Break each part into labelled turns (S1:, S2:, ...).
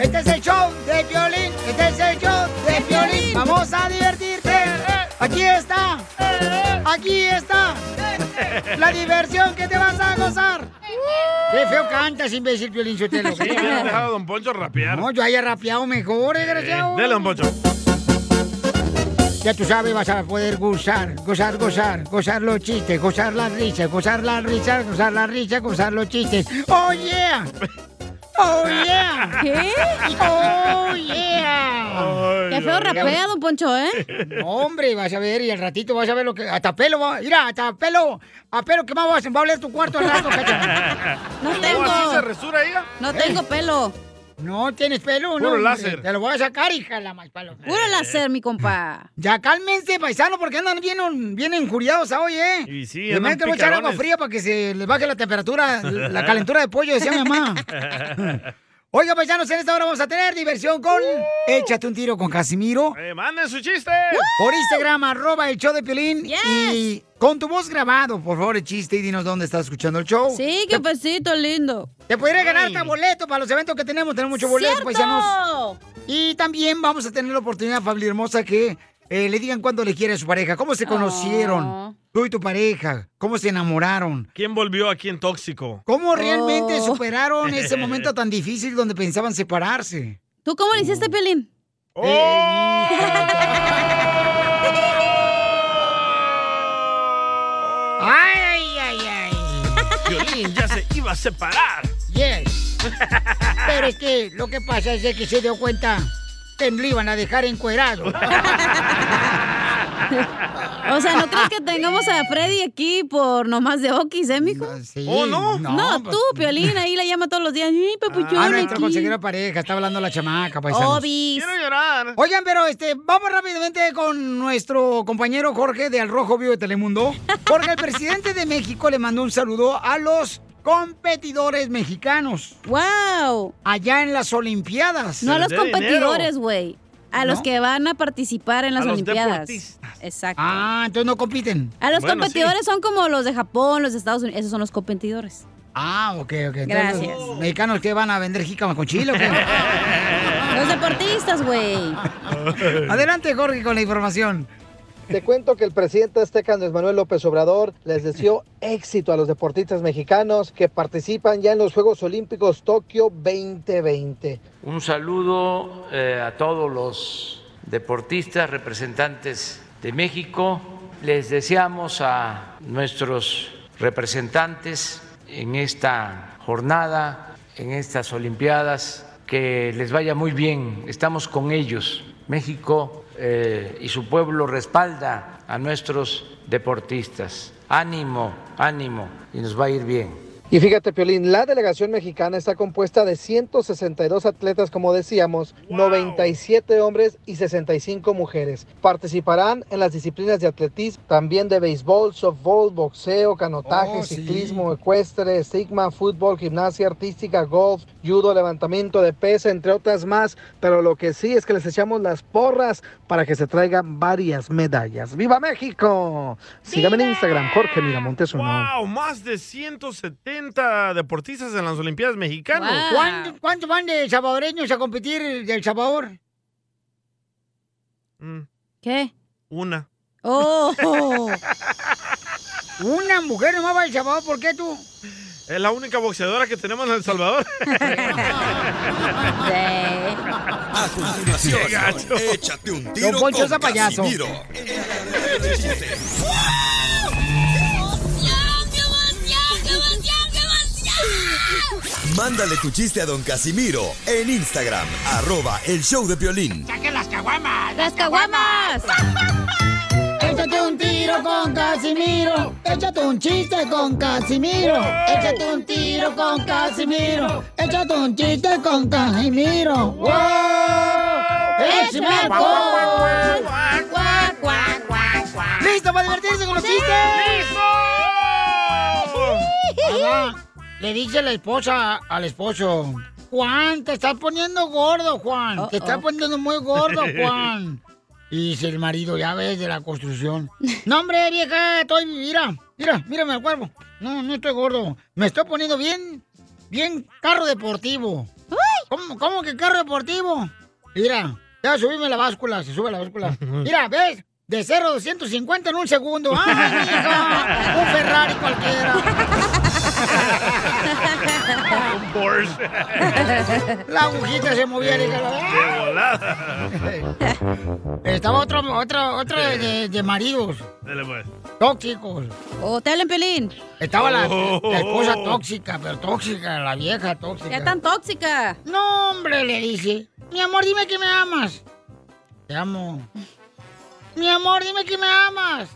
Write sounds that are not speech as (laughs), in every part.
S1: Este es el show de violín. Este es el show de violín. Eh, Vamos a divertirte. Aquí está. Aquí está. La diversión que te vas a gozar. Qué feo cantas, imbécil violín. Yo te lo
S2: Sí, hubiera dejado a Don Poncho rapear.
S1: No, yo haya rapeado mejor, desgraciado.
S2: Dele, Don Poncho.
S1: Ya tú sabes, vas a poder gozar, gozar, gozar, gozar los chistes, gozar las risas, gozar las risas, gozar las risas, gozar los chistes. ¡Oh, yeah! ¡Oh, yeah!
S3: ¿Qué?
S1: ¡Oh, yeah!
S3: Qué feo rapea, don Poncho, ¿eh?
S1: No, Hombre, vas a ver, y al ratito vas a ver lo que... Hasta pelo, va- mira, hasta pelo, a pelo que más vas a va a oler tu cuarto al rato, cacha.
S3: (laughs) No tengo.
S2: ¿Así se resura ella?
S3: No tengo pelo.
S1: Eh. No tienes pelo,
S2: Puro
S1: ¿no? hombre.
S2: láser.
S1: Te lo voy a sacar, hija, de la más palo.
S3: Puro láser, mi compa.
S1: Eh. (clears throat) Ya cálmense, paisano, porque andan bien, bien injuriados hoy, ¿eh?
S2: Y sí,
S1: Le
S2: andan
S1: meten voy a echar agua
S2: picarones.
S1: fría para que se les baje la
S2: (laughs)
S1: temperatura, la calentura de pollo, decía mi mamá. Oiga, paisanos, en esta hora vamos a tener diversión con Échate un tiro con Casimiro.
S2: Uh.
S1: Uh.
S2: Eh, ¡Manden su chiste!
S1: Por Instagram, arroba el show de Piolín. Y con tu voz grabado, por favor, el chiste y dinos dónde estás escuchando el show.
S3: Sí, qué pesito lindo.
S1: Te podría ganar
S2: Ay.
S1: hasta boleto para los eventos que tenemos. Tenemos muchos boletos,
S3: ¡Cierto!
S1: paisanos. Y también vamos a tener la oportunidad, Fabio Hermosa, que eh, le digan cuándo le quiere a su pareja, cómo se conocieron,
S3: Oh.
S1: tú y tu pareja, cómo se enamoraron,
S2: ¿Quién volvió aquí en tóxico?
S1: cómo realmente
S3: Oh. (laughs)
S1: superaron
S2: (laughs)
S1: ese momento tan difícil donde pensaban separarse. Mm.
S3: ¿Tú cómo le hiciste, Pelín? Eh,
S2: ¡Oh!
S1: ¡Ay, ay, ay, ay!
S2: Violín ya se iba a separar.
S1: Yes. (laughs) Pero es que lo que pasa es de que se dio cuenta que lo iban a dejar encuerado.
S3: (laughs)
S1: Ah,
S3: O sea, ¿no crees que tengamos a Freddy aquí por nomás de okis, eh, mijo?
S1: Sí,
S2: Oh, ¿no?
S3: No,
S1: pues,
S3: tú, Piolín, ahí la llama todos los días. ¡Ay, papuchón,
S1: Ah, no,
S3: aquí! Oh,
S1: entró consiguieron pareja, está hablando la chamaca, paisanos.
S3: Obis.
S2: Quiero llorar.
S1: Oigan, pero este, vamos rápidamente con nuestro compañero Jorge de Al Rojo Vivo de Telemundo, porque
S2: (laughs)
S1: el presidente de México le mandó un saludo a los competidores mexicanos
S3: ¡Wow!
S1: allá en las Olimpiadas.
S3: No a
S2: les
S3: los
S2: dé
S3: competidores,
S2: dinero.
S3: güey. A los
S1: ¿No?
S3: que van a participar en las
S2: A los
S3: Olimpiadas.
S2: deportistas.
S3: Exacto.
S1: Ah, entonces no compiten.
S3: A los
S2: Bueno,
S3: competidores son como los de Japón, los de Estados Unidos. Esos son los competidores.
S1: Ah, ok, ok. Entonces,
S3: Gracias.
S1: ¿los mexicanos que van a vender jícama con chile. o
S2: (laughs)
S1: qué?
S3: Los deportistas, güey.
S1: Adelante, Jorge, con la información.
S4: Te cuento que el presidente azteca Andrés Manuel López Obrador les deseó éxito a los deportistas mexicanos que participan ya en los Juegos Olímpicos Tokio 2020.
S5: Un saludo eh, a todos los deportistas, representantes de México. Les deseamos a nuestros representantes en esta jornada, en estas Olimpiadas, que les vaya muy bien. Estamos con ellos. México eh, y su pueblo respalda a nuestros deportistas. Ánimo, ánimo, y nos va a ir bien.
S4: Y fíjate, Piolín, la delegación mexicana está compuesta de 162 atletas, como decíamos, 97 hombres y 65 mujeres. Participarán en las disciplinas de atletismo, también de béisbol, softball, boxeo, canotaje,
S1: Oh, sí.
S4: ciclismo, ecuestre, sigma, fútbol, gimnasia artística, golf, judo, levantamiento de pesa, entre otras más. Pero lo que sí es que les echamos las porras para que se traigan varias medallas. ¡Viva México! Sígame en Instagram, Jorge Miramontes uno.
S2: ¡Wow! Más de 170 deportistas en las Olimpiadas Mexicanas.
S3: Guau.
S1: ¿Cuánto- ¿Cuántos van de salvadoreños a competir del Salvador?
S2: Mm,
S3: ¿Qué?
S2: una.
S3: ¡Oh!
S1: (laughs) Una mujer nomás va del Salvador, ¿por qué tú?
S2: Es la única boxeadora que tenemos en El Salvador.
S6: (laughs)
S2: (laughs)
S6: A continuación,
S2: Qué gacho.
S6: échate un
S1: Don
S6: tiro
S1: Poncho es
S6: con
S1: a payaso.
S6: Casimiro. Mándale tu chiste a don Casimiro en Instagram, arroba el show de violín.
S3: ¡Las caguamas!
S1: Échate un tiro con Casimiro. Échate un chiste con Casimiro. Échate un tiro con Casimiro. Échate un chiste con Casimiro. ¡Wow! ¡Échame alcohol! ¡Listo para divertirse con los chistes! Ahora, le dice la esposa al esposo. Juan, te estás poniendo gordo, Juan. Te estás poniendo muy (laughs) gordo, Juan. Y dice el marido, ya ves, de la construcción. No, hombre, vieja, estoy, mira, mira, mírame al cuerpo. No, no estoy gordo. Me estoy poniendo bien, bien carro deportivo. ¿Cómo, cómo que carro deportivo? Mira, ya subíme la báscula, se sube la báscula. Mira, ¿ves? De 0 a 250 en un segundo. ¡Ay, mija! Un Ferrari cualquiera.
S2: Un Porsche.
S1: La agujita se movía, dije, la-
S2: ¡Qué volada!
S1: Estaba otro, otro, otro de- de- de maridos
S2: Dale, pues.
S1: tóxicos.
S3: ¡Hotel en Pelín!
S1: Estaba la,
S2: Oh.
S1: la esposa tóxica, pero tóxica, la vieja tóxica.
S3: ¡Ya tan tóxica!
S1: No, hombre, le dice. Mi amor, dime que me amas. Te amo. Mi amor, dime que me amas.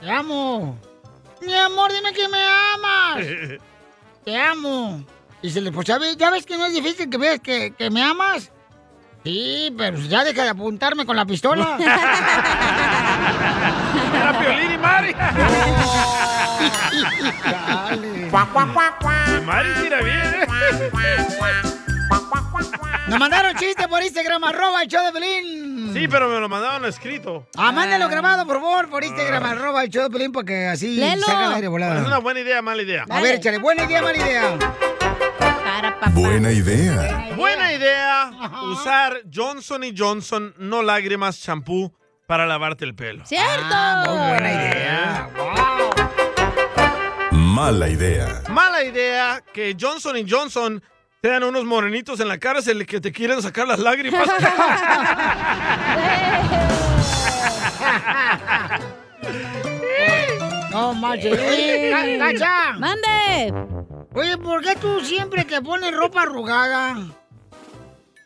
S1: Te amo. Mi amor, dime que me amas. Te amo. Y se le pues, ¿sabe- ¿ya ves que no es difícil que veas que, que me amas? Sí, pero ya deja de apuntarme con la pistola.
S2: ¡Era Piolín y Mari!
S1: Chale.
S2: Mari tira bien, ¿eh?
S1: Nos mandaron chiste por Instagram, arroba el show de Belín.
S2: Sí, pero me lo mandaron escrito. Ah.
S1: Ah, mándalo grabado, por favor, por Instagram, arroba el show de Pelín, para que así
S3: Lelo.
S1: salga al aire
S2: Es una
S1: volada.
S2: buena idea, mala idea.
S1: A ver, échale, buena idea, mala idea.
S3: Para papá.
S6: Buena idea.
S2: Buena idea usar Johnson y Johnson, no lágrimas, champú para lavarte el pelo.
S3: ¡Cierto!
S1: Ah, muy buena idea. Wow.
S6: Mala idea.
S2: Mala idea que Johnson y Johnson sean unos morenitos en la cárcel que te quieren sacar
S1: (laughs)
S2: las lágrimas.
S1: (laughs) No, manches. Oye, Ca- Cacha,
S3: ¡Mande!
S1: oye, ¿por qué tú siempre te pones ropa arrugada?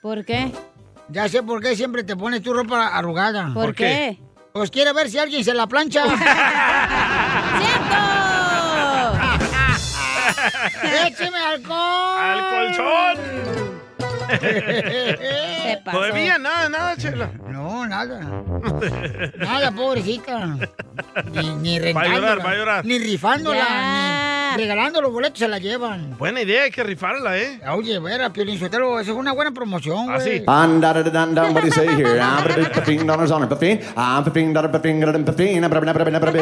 S3: ¿Por qué?
S1: Ya sé por qué siempre te pones tu ropa arrugada.
S3: ¿Por,
S2: ¿Por qué?
S3: qué?
S1: Pues quiere ver si alguien se la plancha.
S3: (laughs) ¡Cierto!
S1: ¡Écheme
S2: ¡Al
S1: alcohol!
S2: colchón!
S3: Se pasó.
S2: Todavía nada, nada, chela.
S1: No, nada. Nada, pobrecita. Ni, ni
S2: Va a llorar,
S1: rentándola,
S2: va a llorar.
S1: Ni rifándola.
S3: Ya.
S1: Ni regalando los boletos se la llevan.
S2: Buena idea, hay que rifarla, ¿eh?
S1: Oye, vera, Piolín Sotelo, eso es una buena promoción, güey.
S2: Ah, sí.
S7: And da da da dum dum. What do you say here? Ah,
S1: (laughs)
S7: I'm fifteen dollars on it. Fifteen. I'm fifteen dollars. Fifteen dollars. Fifteen. I'm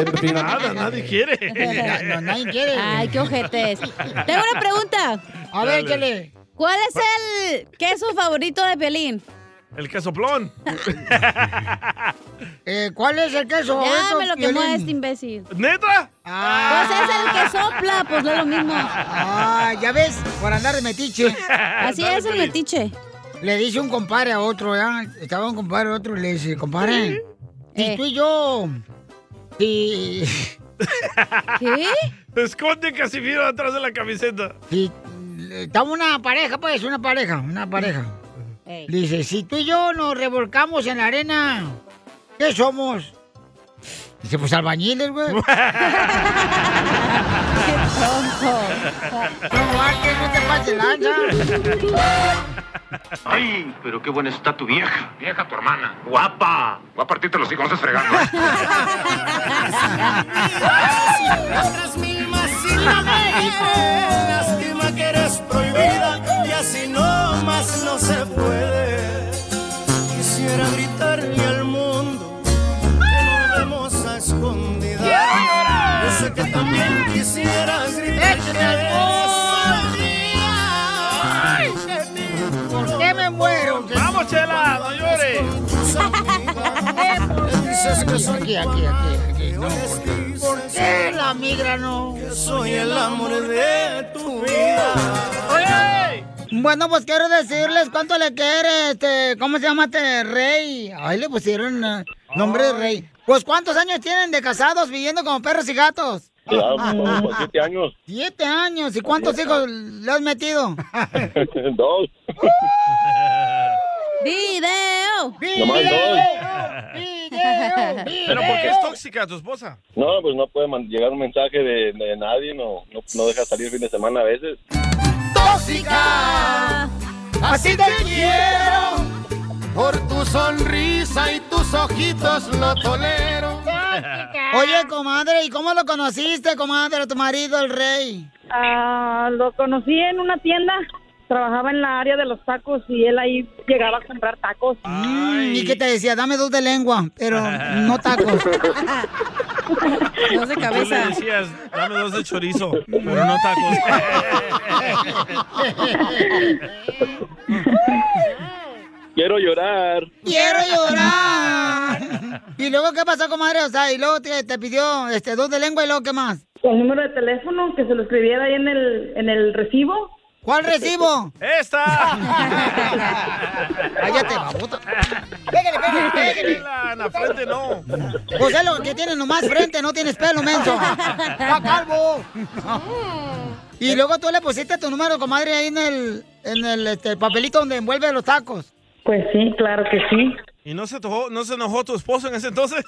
S7: fifteen
S2: Nada,
S7: dollars.
S2: nadie quiere.
S1: (laughs) Na- no, nadie quiere.
S3: Ay, qué ojetes. Tengo una pregunta.
S1: A ver, échale.
S3: ¿Cuál es el queso favorito de Pelín?
S2: El casoplón.
S1: (laughs) Eh, ¿Cuál es el queso?
S3: Ya
S1: favorito,
S3: me lo quemó
S1: Piolín? (laughs)
S3: este imbécil.
S2: ¿Neta?
S3: Pues
S1: Ah,
S3: es el que sopla, pues no es lo mismo.
S1: ah, ya ves, por andar de metiche.
S3: Así
S2: Dale,
S3: es el
S2: Pelín.
S3: metiche.
S1: Le dice un compadre a otro, ¿ya? Estaba un compadre a otro y le dice, compadre, si
S3: Eh.
S1: tú y yo... Si,
S3: ¿Qué?
S2: Se esconde Casimiro atrás de la camiseta.
S1: si- estamos una pareja, pues, una pareja, una pareja.
S3: Ey.
S1: Le Dice, si tú y yo nos revolcamos en la arena, ¿qué somos? Dice, pues albañiles,
S3: (laughs)
S1: güey. no
S3: Qué tonto.
S1: marques, no te pases lanza.
S8: Ay, pero qué buena está tu vieja. Vieja tu hermana. Guapa. Va a partirte los hijos, no estés fregando. ¿eh?
S1: ¡Échame Este alcohol! ¿Por qué me muero?
S2: ¡Vamos,
S1: (laughs)
S2: chela! ¡No llores!
S1: Aquí, aquí, aquí, aquí. ¿Por qué la migra no?
S9: soy el amor
S1: de tu vida. ¡Oye! Bueno, pues quiero decirles cuánto le quiere este, ¿cómo se llama este rey? Ay, le pusieron eh, nombre de rey. Pues cuántos años tienen de casados viviendo como perros y gatos?
S10: Ya, como por siete años. (laughs)
S1: Siete años. ¿Y cuántos hijos le
S9: (laughs)
S1: has metido?
S10: Dos.
S3: ¡Video!
S10: Nomás
S2: Pero ¿por qué es tóxica tu esposa?
S10: No, pues no puede man- llegar un mensaje de, de nadie, no, no, no deja salir fin de semana a veces.
S9: tóxica. Así te quiero. Por tu sonrisa y tus ojitos lo tolero.
S1: Oye, comadre, ¿y cómo lo conociste, comadre, a tu marido, el rey?
S11: Ah, lo conocí en una tienda. Trabajaba en la área de los tacos y él ahí llegaba a comprar tacos.
S1: ¿Y qué te decía? Dame dos de lengua, pero no tacos.
S3: Dos de
S2: Tú le decías, dame dos de chorizo, pero
S1: (laughs)
S2: no tacos.
S10: Quiero llorar.
S1: ¡Quiero llorar! ¿Y luego qué pasó, comadre? O sea, y luego te, te pidió este, dos de lengua y luego qué más.
S11: El número de teléfono que se lo escribiera ahí en el, en el recibo.
S1: ¿Cuál recibo? (laughs)
S2: ¡Esta!
S1: Cállate, babuta. Pégale, pégale, pégale.
S2: Ah, En la frente no.
S1: O sea, Pues lo que tienes nomás frente, no tienes pelo, menso.
S11: (laughs)
S1: ¡Está calvo! Y luego tú le pusiste tu número, comadre, ahí en el, en el este, papelito donde envuelve los tacos.
S11: Pues sí, claro que sí.
S2: ¿Y no se, enojó, no se enojó tu esposo en ese
S3: (laughs)
S2: entonces?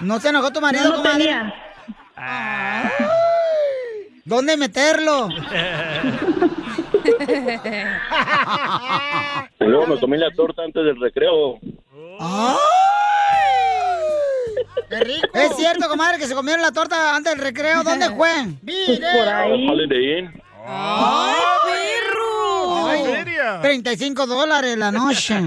S1: ¿No se enojó tu marido,
S2: No, no
S1: comadre?
S2: tenía.
S1: Ay, ¿Dónde meterlo?
S10: Y luego me comí la torta antes del recreo.
S1: Es cierto, comadre, que se comieron la torta antes del recreo.
S2: (laughs)
S1: ¿Dónde fue?
S10: Pues Holiday Inn.
S1: ¡Ay, perro!
S2: Ay,
S1: 35 dólares la noche.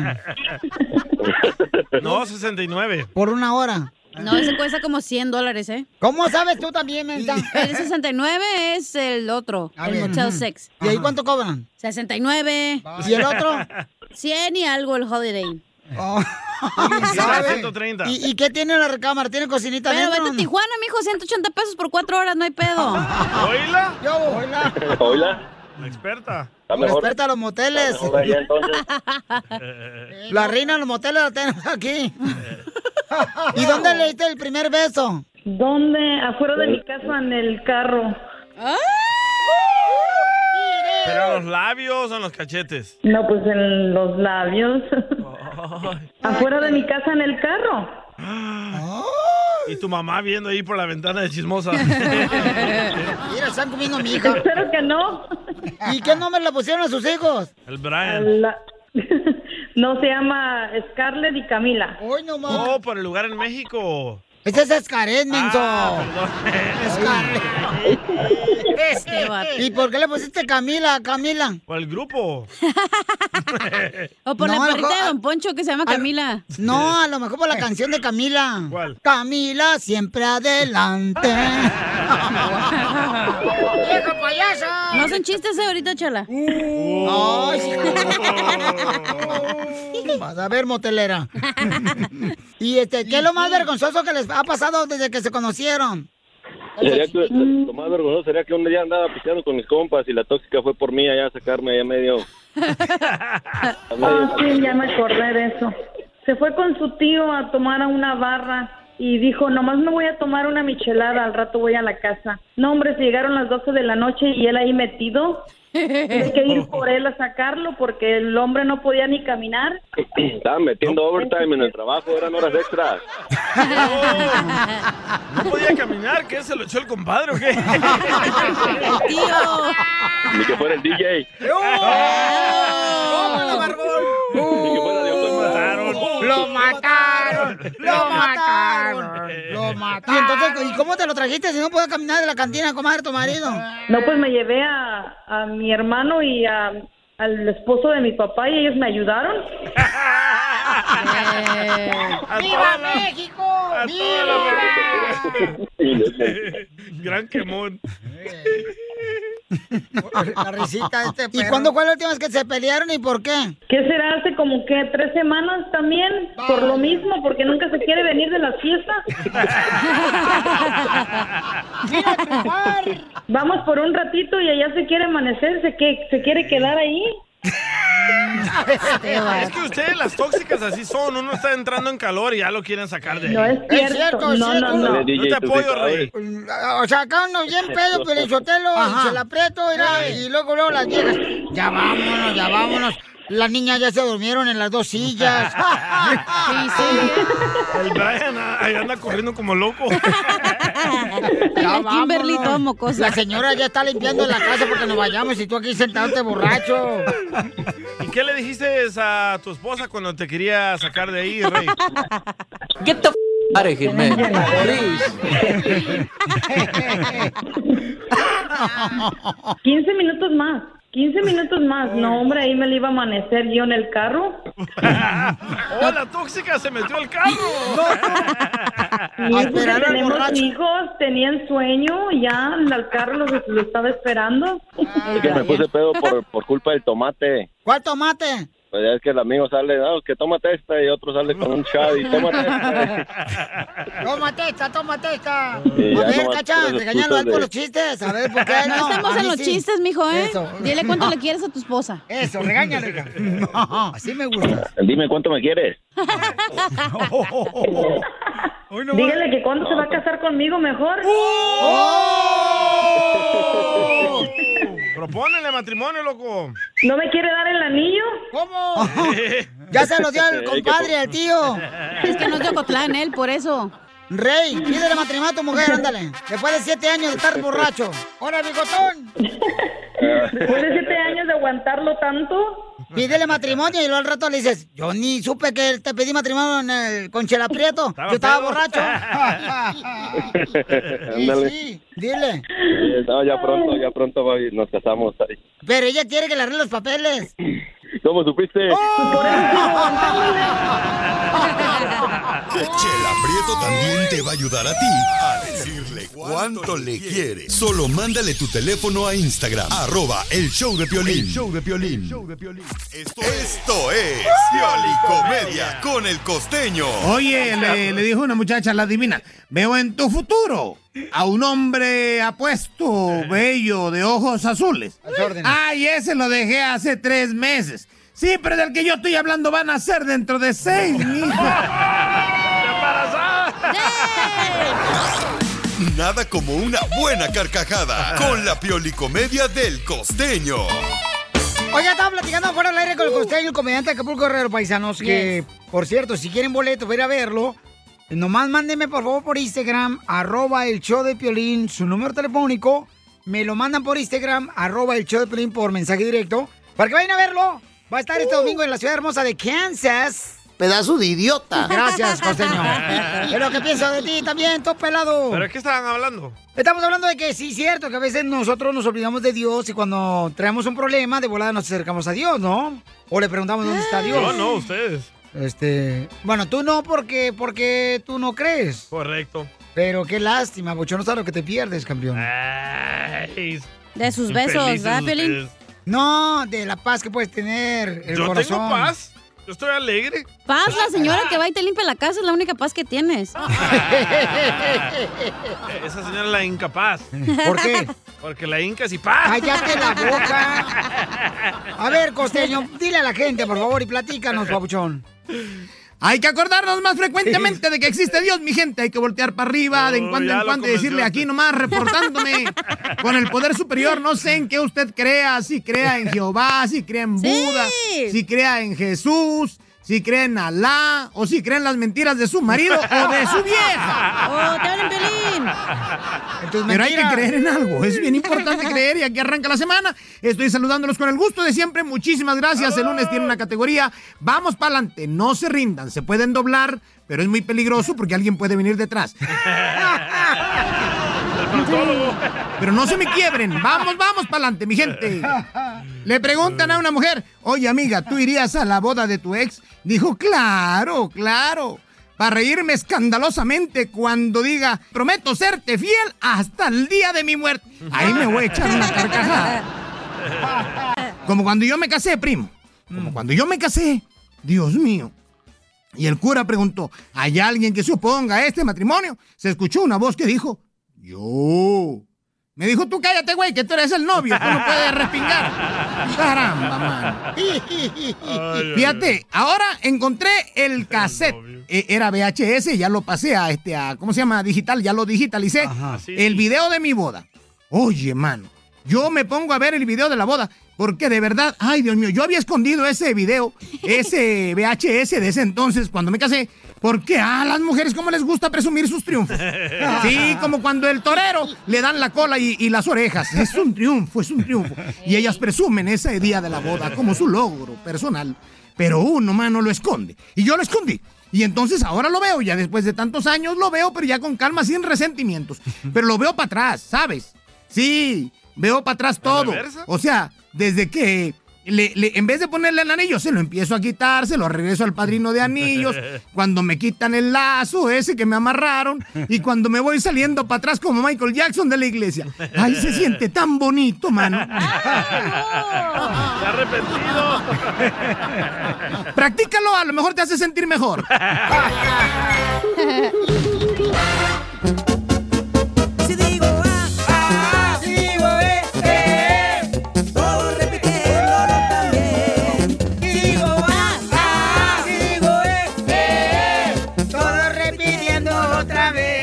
S2: No, 69.
S1: Por una hora.
S3: No, ese cuesta como 100 dólares, ¿eh?
S1: ¿Cómo sabes tú también, Menta?
S3: (laughs) El 69 es el otro,
S1: A
S3: el
S1: ver.
S3: Motel Sex.
S1: ¿Y ahí cuánto cobran?
S3: 69.
S1: ¿Y el otro?
S3: 100 y algo el Holiday.
S1: (laughs) ¿Y sabe?
S2: 130.
S1: ¿Y, y qué tiene la recámara? ¿Tiene cocinita
S3: Pero
S1: adentro?
S3: vete a Tijuana, mijo, 180 pesos por 4 horas, no hay pedo.
S1: (laughs)
S2: ¿Oíla?
S1: Yo, oíla.
S10: (laughs) Hola.
S2: La experta.
S10: Está mejor.
S1: Respeta los moteles.
S10: Está mejor allá,
S1: (laughs)
S10: entonces.
S1: La reina de los moteles la tenemos
S10: (laughs)
S1: aquí. ¿Y dónde le diste el primer beso?
S11: ¿Dónde? Afuera de mi casa, en el carro.
S2: ¿Pero en los labios o en los cachetes?
S11: No, pues en los labios. Afuera de mi casa, en el carro.
S2: Y tu mamá viendo ahí por la ventana de chismosa.
S1: (laughs) Mira, están comiendo a mi hija.
S11: Espero que no.
S1: ¿Y qué nombre le pusieron a sus hijos?
S2: El
S1: (laughs)
S2: Brian.
S11: La- No se llama Scarlett y Camila.
S1: Hoy no
S2: Oh, por el lugar en
S10: (laughs)
S2: México.
S1: Ese es Escaret, menso. Este, ¿Y por qué le pusiste Camila a Camila?
S2: Por el grupo.
S3: O por
S1: No,
S3: la
S1: a lo
S3: perrita
S1: mejor-
S3: de Don Poncho que se llama Camila.
S1: No, a lo mejor por la canción de Camila. ¿Cuál? Camila, siempre adelante. (laughs) ¡Viejo payaso!
S3: No son chistes eh, ahorita, chala.
S1: Ay, sí. Vas a ver, motelera. y este, ¿qué es lo más vergonzoso que les ha pasado desde que se conocieron?
S10: Sería que- lo más vergonzoso sería que un día andaba pisteando con mis compas y la tóxica fue por mí allá a sacarme allá medio. (clears throat) a medio-
S11: Ah, sí, ya me acordé de eso. Se fue con su tío a tomar a una barra y dijo, nomás me voy a tomar una michelada, al rato voy a la casa. No, hombre, se llegaron las 12 de la noche y él ahí metido. Tuve que ir por él a sacarlo porque el hombre no podía ni caminar.
S10: Estaba metiendo overtime en el trabajo, eran horas extras.
S2: No podía caminar, ¿qué? ¿Se lo echó el compadre o qué?
S3: El tío.
S10: (laughs)
S1: (laughs)
S10: Ni que fuera el DJ.
S1: ¡Lo mataron! ¡Lo mataron! ¡Lo mataron! ¿Y entonces ¿y cómo te lo trajiste si no podía caminar de la cantina a comer tu marido?
S11: No, pues me llevé a, a mi hermano y a- al esposo de mi papá y ellos me ayudaron.
S1: ¡Viva México! ¡Viva!
S2: (laughs) Gran quemón.
S1: Eh. La risita de
S2: (laughs)
S1: este perro. ¿Y cuándo fue la última vez que se pelearon y por qué?
S11: ¿Qué será? Hace como que tres semanas también, por lo mismo, porque nunca se quiere venir de la fiesta. Vamos por un ratito y allá se quiere amanecer, se, que, se quiere quedar ahí.
S2: Es que ustedes, las tóxicas así son. Uno está entrando en calor y ya lo quieren sacar de ahí.
S11: No es
S1: Es cierto, es cierto.
S2: Yo te apoyo, Rey.
S1: O sea, acá uno
S10: (laughs)
S1: bien pedo, pero el chotelo y se la aprieto mira, y luego luego las viejas. Ya vámonos, ya vámonos. Las niñas ya se durmieron en las dos
S2: (laughs)
S1: sillas. sí,
S2: El Brian ah, ahí
S1: (laughs)
S2: anda corriendo como loco.
S1: Ya
S2: La Kimberly
S1: vámonos.
S2: toda mocosa.
S1: La señora ya está limpiando la casa porque nos vayamos y tú aquí sentándote
S3: (laughs)
S1: borracho.
S2: ¿Y qué le dijiste a tu esposa cuando te quería sacar de
S11: (laughs)
S2: ahí, Rey?
S12: Pare, Gilmé.
S2: Please.
S11: 15 minutos más. 15 minutos más. No, hombre, ahí me le iba a amanecer yo en el carro.
S2: ¡Oh, la tóxica se metió al carro!
S11: Y eso que
S2: esperar al
S11: tenemos
S2: borracho.
S11: hijos, tenían sueño, ya el carro los, los estaba esperando.
S10: Es que me puse
S1: (laughs)
S10: pedo por, por culpa del tomate.
S1: ¿Cuál tomate?
S10: Pues ya es que el amigo sale, "Ah, que tómate esta, y otro sale con un shot y tómate esta.
S1: (laughs) Tómate esta, tómate esta.
S10: Sí,
S1: a
S10: ya
S1: ver,
S10: nomás
S1: cacha,
S10: puras
S1: regañalo
S10: excusas
S1: algo
S10: de-
S1: los chistes. A ver, ¿por qué no?
S3: No estamos
S1: A
S3: en
S1: mí
S3: los
S1: sí.
S3: chistes, mijo, ¿eh?
S1: Eso.
S3: Dile
S1: (laughs)
S3: cuánto le quieres a tu esposa.
S1: Eso, regáñale. hija. (laughs) Así me
S2: (laughs)
S1: gusta.
S10: este". Dime cuánto
S1: (laughs)
S10: me quieres.
S11: Dígale que cuando se va a casar conmigo mejor.
S2: ¡Oh! (laughs) Propónele matrimonio, loco.
S11: ¡Oh! ¿No me quiere dar el anillo?
S1: ¿Cómo? Ya se lo dio al
S2: Sí,
S1: compadre,
S2: que-
S1: al tío.
S2: Es que
S3: (laughs)
S2: no
S3: es de Ocotlán, él, por eso.
S1: Rey, pídele matrimonio a tu mujer, ándale. Después de siete años de estar borracho. ¡Hola, bigotón!
S11: Después de siete años de aguantarlo tanto.
S1: Pídele matrimonio y luego al rato le dices, yo ni supe que te pedí matrimonio en el, con Chela Prieto. Yo estaba
S10: pedo.
S1: borracho.
S11: (laughs)
S10: Ándale.
S1: sí, dile.
S10: Eh, No, ya pronto, ya pronto va y nos casamos. Ay,
S1: Pero ella quiere que le arregle los papeles.
S10: ¿Cómo supiste?
S1: ¡Oh! (laughs)
S6: Chela Prieto también te va a ayudar a ti a decirle cuánto le quieres. Solo mándale tu teléfono a Instagram, arroba el show de Piolín.
S5: El
S6: show de Piolín. Esto es Piolicomedia con el costeño.
S5: Oye, le, le dijo una muchacha, la divina, veo en tu futuro a un hombre apuesto, bello, de ojos azules. Ay, ese lo dejé hace tres meses. Sí, pero del que yo estoy hablando van a ser dentro de seis,
S8: (laughs)
S5: mijo.
S6: Nada como una buena carcajada con la Piolicomedia del costeño.
S1: Oiga, estaba platicando fuera del aire con el costeño, el comediante de Acapulco Guerrero, paisanos, que, por cierto, si quieren boleto para ir a verlo, nomás mándenme, por favor, por Instagram, arroba el show de Piolín, su número telefónico, me lo mandan por Instagram, arroba el show de Piolín por mensaje directo, para que vayan a verlo. Va a estar este domingo en la ciudad hermosa de Kansas.
S9: Uh. Pedazo de idiota.
S1: Gracias, costeño.
S9: (laughs)
S1: Es lo que pienso de ti también, todo pelado.
S2: ¿Pero qué estaban hablando?
S1: Estamos hablando de que sí, cierto, que a veces nosotros nos olvidamos de Dios y cuando traemos un problema, de volada nos acercamos a Dios, ¿no? O le preguntamos dónde está Dios.
S2: No, no, ustedes.
S1: Este, bueno, tú no porque porque tú no crees.
S2: Correcto.
S1: Pero qué lástima, bocho, no sabes lo que te pierdes, campeón.
S3: De sus besos, Infelices ¿verdad, Piolín? ustedes.
S1: No, de la paz que puedes tener, el
S2: Yo
S1: corazón.
S2: tengo paz. Yo
S1: (laughs)
S2: estoy alegre.
S3: Paz, la señora que va y te limpia la casa es la única paz que
S2: (laughs)
S3: tienes.
S2: Esa señora es la incapaz.
S1: ¿Por qué?
S2: Porque la inca sí paz.
S1: Cállate la
S2: (laughs)
S1: boca. (laughs) A ver, costeño, dile a la gente, por favor, y platícanos, papuchón.
S5: Hay que acordarnos más frecuentemente de que existe Dios, mi gente. Hay que voltear para arriba de en cuando
S2: Oh, ya
S5: en
S2: lo
S5: cuando y decirle aquí nomás,
S2: (laughs)
S5: reportándome con el poder superior. No sé en qué usted crea, si crea en Jehová, si crea en Buda, si crea en Jesús, si crea en Alá o si crea en las mentiras de su marido o de su vieja.
S3: ¡Oh, te hablan,
S5: Pero hay que
S3: mentiras.
S5: creer en algo, es bien importante creer y aquí arranca la semana. Estoy saludándolos con el gusto de siempre, muchísimas gracias. El lunes tiene una categoría, vamos para adelante, no se rindan, se pueden doblar, pero es muy peligroso porque alguien puede venir detrás. (laughs) Pero no se me quiebren, vamos, vamos para adelante, mi gente. Le preguntan a una mujer, oye amiga, ¿tú irías a la boda de tu ex? Dijo, claro, claro. para reírme escandalosamente cuando diga, prometo serte fiel hasta el día de mi muerte. Ahí me voy a echar una carcajada. Como cuando yo me casé, primo. Como cuando yo me casé. Dios mío. Y el cura preguntó, ¿hay alguien que se oponga a este matrimonio? Se escuchó una voz que dijo, yo. Me dijo, tú cállate, güey, que tú eres el novio, tú no puedes respingar. Caramba, mano. Fíjate, ahora encontré el cassette. Eh, Era VHS, ya lo pasé a este, a, ¿cómo se llama? Digital, ya lo digitalicé.
S13: Sí,
S5: El
S13: sí.
S5: video de mi boda. Oye, mano, yo me pongo a ver el video de la boda. Porque de verdad, ay Dios mío, yo había escondido ese video, ese VHS de ese entonces cuando me casé. Porque a las mujeres cómo les gusta presumir sus triunfos. Sí, como cuando el torero le dan la cola y, y las orejas. Es un triunfo, es un triunfo. Y ellas presumen ese día de la boda como su logro personal. Pero uno, mano, lo esconde. Y yo lo escondí. Y entonces ahora lo veo, ya después de tantos años lo veo, pero ya con calma, sin resentimientos. Pero lo veo para atrás, ¿sabes? Sí, veo para atrás todo.
S13: reversa?
S5: O sea, desde que le- le- en vez de ponerle el anillo, se lo empiezo a quitar, se lo regreso al padrino de anillos.
S2: (laughs)
S5: Cuando me quitan el lazo ese que me amarraron y cuando me voy saliendo para atrás como Michael Jackson de la iglesia. Ay, se siente tan bonito, mano. (laughs)
S2: ¡Está arrepentido!
S5: Practícalo, a lo mejor te hace sentir mejor.
S9: Si digo A, A, si digo B, B, todo repitiéndolo también. Si digo A, A, si digo B, B, todo repitiéndolo otra vez.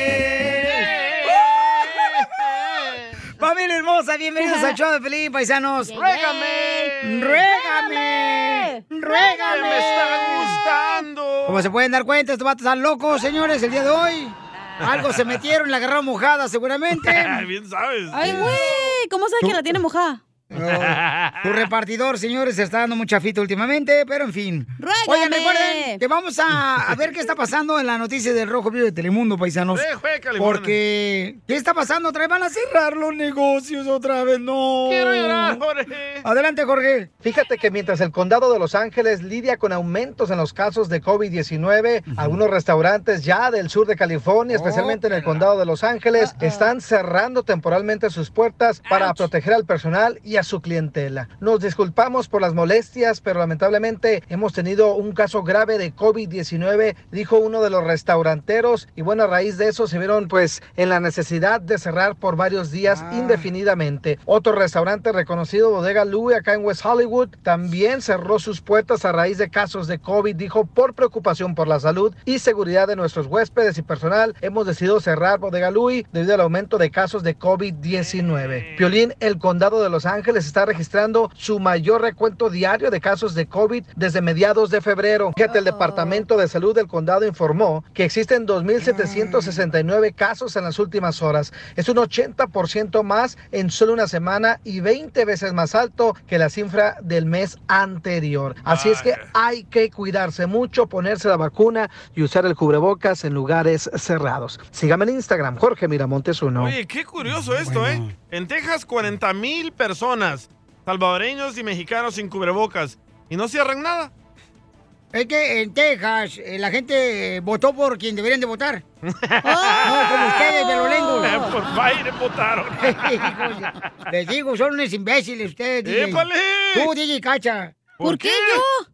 S1: Familia hermosa, bienvenidos al show de Pelín, paisanos. ¡Régame! ¡Régame! ¡Régame!
S9: Me
S1: está gustando! Como se pueden dar cuenta, estos vatos están locos, señores, el día de hoy. Algo se metieron, la agarraron mojada (laughs) seguramente.
S2: Bien sabes.
S3: Ay, güey, ¿cómo sabes que la tiene mojada?
S1: Oh. Tu repartidor, señores, se está dando mucha fita últimamente, pero en fin.
S3: ¡Ruégame!
S1: Oigan, recuerden que vamos a, a ver qué está pasando en la noticia del Rojo Vivo de Telemundo, paisanos.
S9: Ve, Eh, juega, California.
S1: Porque, ¿qué está pasando? Otra vez van a cerrar los negocios otra vez, no.
S4: Quiero llorar,
S1: Jorge. (laughs) Adelante, Jorge.
S4: Fíjate que mientras el condado de Los Ángeles lidia con aumentos en los casos de COVID-19, algunos restaurantes ya del sur de California,
S1: Oh,
S4: especialmente en el condado de Los
S1: Ah,
S4: Ángeles, están cerrando temporalmente sus puertas para proteger al personal y a su clientela. Nos disculpamos por las molestias, pero lamentablemente hemos tenido un caso grave de COVID-19, dijo uno de los restauranteros, y bueno, a raíz de eso se vieron pues en la necesidad de cerrar por varios días indefinidamente. Otro restaurante reconocido, Bodega Louie, acá en West Hollywood, también cerró sus puertas a raíz de casos de COVID, dijo, por preocupación por la salud y seguridad de nuestros huéspedes y personal, hemos decidido cerrar Bodega Louie debido al aumento de casos de COVID-19. Piolín, el condado de Los Ángeles está registrando su mayor recuento diario de casos de COVID desde mediados de febrero. Fíjate, el Departamento de Salud del condado informó que existen 2.769 casos en las últimas horas. Es un 80% más en solo una semana y 20 veces más alto que la cifra del mes anterior. Así es que hay que cuidarse mucho, ponerse la vacuna y usar el cubrebocas en lugares cerrados. Sígame en Instagram, Jorge Miramontes uno.
S2: Oye, qué curioso esto, ¿eh? En Texas, 40 mil personas, salvadoreños y mexicanos sin cubrebocas, y no cierran nada.
S1: Es que en Texas eh, la gente eh, votó por quien deberían de
S2: (laughs)
S1: votar. No, como ustedes, de los lengos.
S2: Por Biden votaron.
S1: (laughs) Les digo, son unos imbéciles ustedes, DJ.
S9: ¡Épale!
S1: Tú, DJ Cacha.
S9: ¿Por ¿Por qué qué?
S1: yo?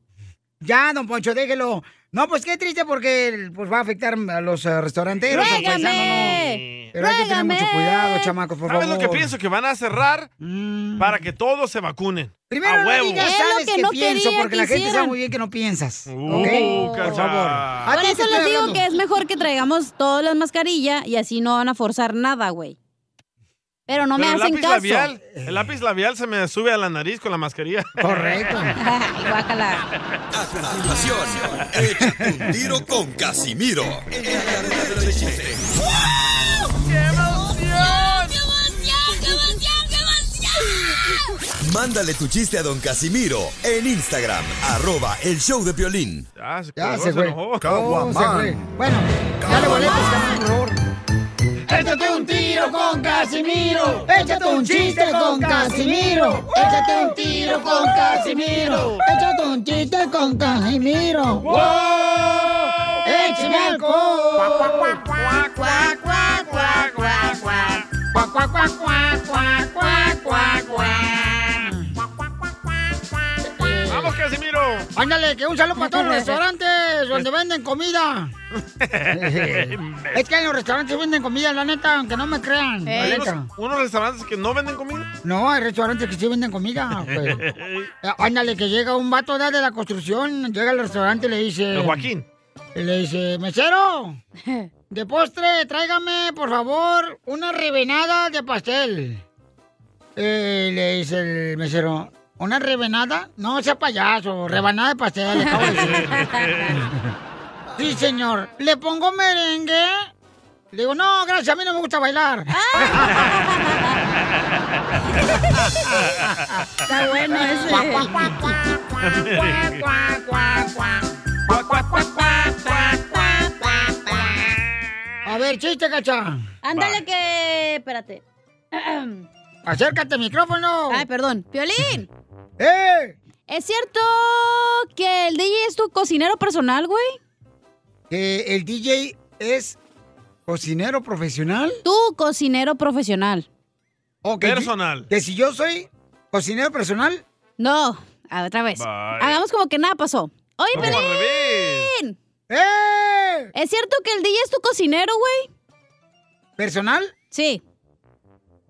S1: Ya, don Poncho, déjelo. No, pues qué triste porque pues, va a afectar a los eh, restauranteros. al
S9: ¡Ruégame!
S1: paisano, ¿no? Pero hay que tener mucho cuidado, chamacos, por
S2: ¿Sabes
S1: favor. Mm.
S2: lo que pienso? Que van a cerrar para que todos se vacunen.
S1: Primero
S2: a
S1: no
S2: huevo.
S1: digas, sabes que, pienso, porque la gente sabe muy bien que no piensas. ¿ok? Por
S2: Uh, cacha.
S1: favor.
S2: Ah.
S1: ¿A
S3: Por
S1: ti te
S3: eso
S1: estoy
S3: les digo
S1: hablando?
S3: que es mejor que traigamos todas las mascarillas y así no van a forzar nada, güey. Pero no
S2: Pero
S3: me hacen
S2: el lápiz
S3: caso.
S2: Labial, el lápiz labial se me sube a la nariz con la mascarilla.
S3: (laughs)
S2: (laughs)
S1: Correcto. Eh,
S6: A continuación, échate un tiro con Casimiro.
S9: ¡Qué emoción!
S6: Mándale tu chiste a don Casimiro en Instagram, arroba el show de Piolín.
S2: Ya se,
S1: Ya se fue.
S6: Caguamán.
S1: Oh, se fue. Bueno, dale boletos, carnal, por favor.
S9: Échate un tiro con Casimiro. Échate un chiste con Casimiro. Échate un tiro con Casimiro.
S1: Échate un chiste con Casimiro.
S9: ¡Wow!
S1: ¡Échame alcohol!
S2: ¡Vamos, Casimiro!
S1: Ándale, que un saludo para todos los restaurantes donde venden comida. Es que en los restaurantes venden comida, la neta, aunque no me crean. la
S2: Hay
S1: neta.
S2: unos, unos restaurantes que no venden comida. (laughs)
S1: No, hay restaurantes que sí venden comida. pues. Eh, Ándale, que llega un vato da de la construcción, llega al restaurante y le dice...
S2: El Joaquín.
S1: Y le dice, mesero, de postre, tráigame, por favor, una rebanada de pastel. (laughs) Eh, le dice el mesero, ¿una rebanada? No, sea payaso, rebanada de pastel. le acabo de decir". sí, señor. ¿Le pongo merengue? Le digo, no, gracias, a mí no me gusta bailar.
S9: Está bueno ese.
S1: A ver, chiste, cacha.
S3: Ándale que. Espérate.
S1: Acércate al micrófono.
S3: Ay, perdón. Violín.
S1: ¡Eh!
S3: ¿Es cierto que el DJ es tu cocinero personal, güey?
S1: Que el DJ es cocinero profesional.
S3: Tu cocinero profesional.
S1: Ok,
S2: Personal.
S1: Que si yo soy cocinero personal.
S3: No, a- otra vez.
S1: Bye.
S3: Hagamos como que nada pasó. Oye,
S1: Ok.
S3: Pelín.
S1: Al ¡Eh!
S3: ¿Es cierto que el DJ es tu cocinero, güey?
S1: ¿Personal?
S3: Sí.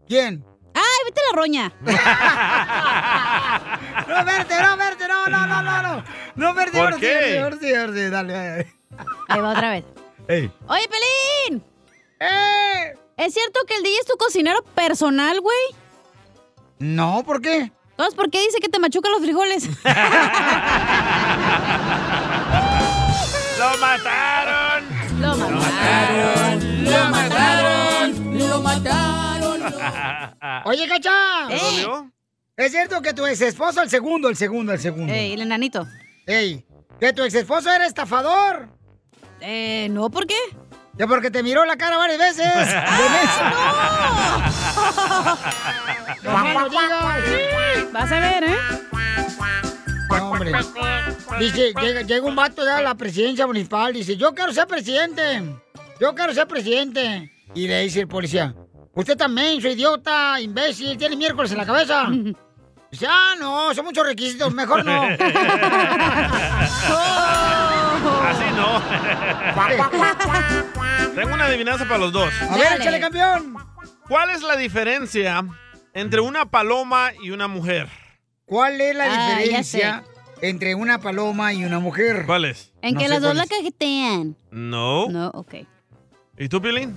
S1: ¿Quién?
S3: ¡Ay, vete a la roña!
S1: (laughs) No, verte, no, verte, no, no, no, no, no. No, verte,
S3: ¿Por
S1: no,
S3: qué?
S1: dale, dale.
S3: Ahí va otra vez.
S1: Ey.
S3: Oye, Pelín.
S1: ¡Eh!
S3: ¿Es cierto que el DJ es tu cocinero personal, güey?
S1: No, ¿por qué?
S3: Entonces, ¿por qué dice que te machuca
S1: (laughs)
S3: los frijoles?
S2: ¡Lo mataron!
S3: ¡Lo mataron!
S2: ¡Lo mataron!
S1: ¡Lo mataron!
S3: (laughs)
S1: Oye, cacha.
S3: ¿Te dolió?
S1: ¿Es cierto que tu ex esposo, el segundo, el segundo, el segundo?
S3: Ey, el enanito.
S1: Ey, que tu ex esposo era estafador.
S3: Eh, no, ¿por qué?
S1: Ya porque te miró la cara varias veces.
S3: (laughs)
S1: De mes. No me lo digas.
S3: Vas a ver, ¿eh?
S1: No, hombre. Dice, llega, llega un vato ya a la presidencia municipal, dice, yo quiero ser presidente, yo quiero ser presidente. Y le dice el policía, usted también, soy idiota, imbécil, tiene miércoles en la
S3: (laughs)
S1: cabeza. Dice, ah, no, son muchos requisitos, mejor no.
S2: Así no. Tengo una adivinanza para los dos.
S1: A ver, échale, campeón.
S2: ¿Cuál es la diferencia entre una paloma y una mujer?
S1: ¿Cuál es la
S3: Ah, ya
S1: diferencia entre una paloma y una mujer?
S2: ¿Cuál es?
S3: En que las dos la cajetean.
S2: No.
S3: No, ok.
S2: ¿Y tú, Pilín?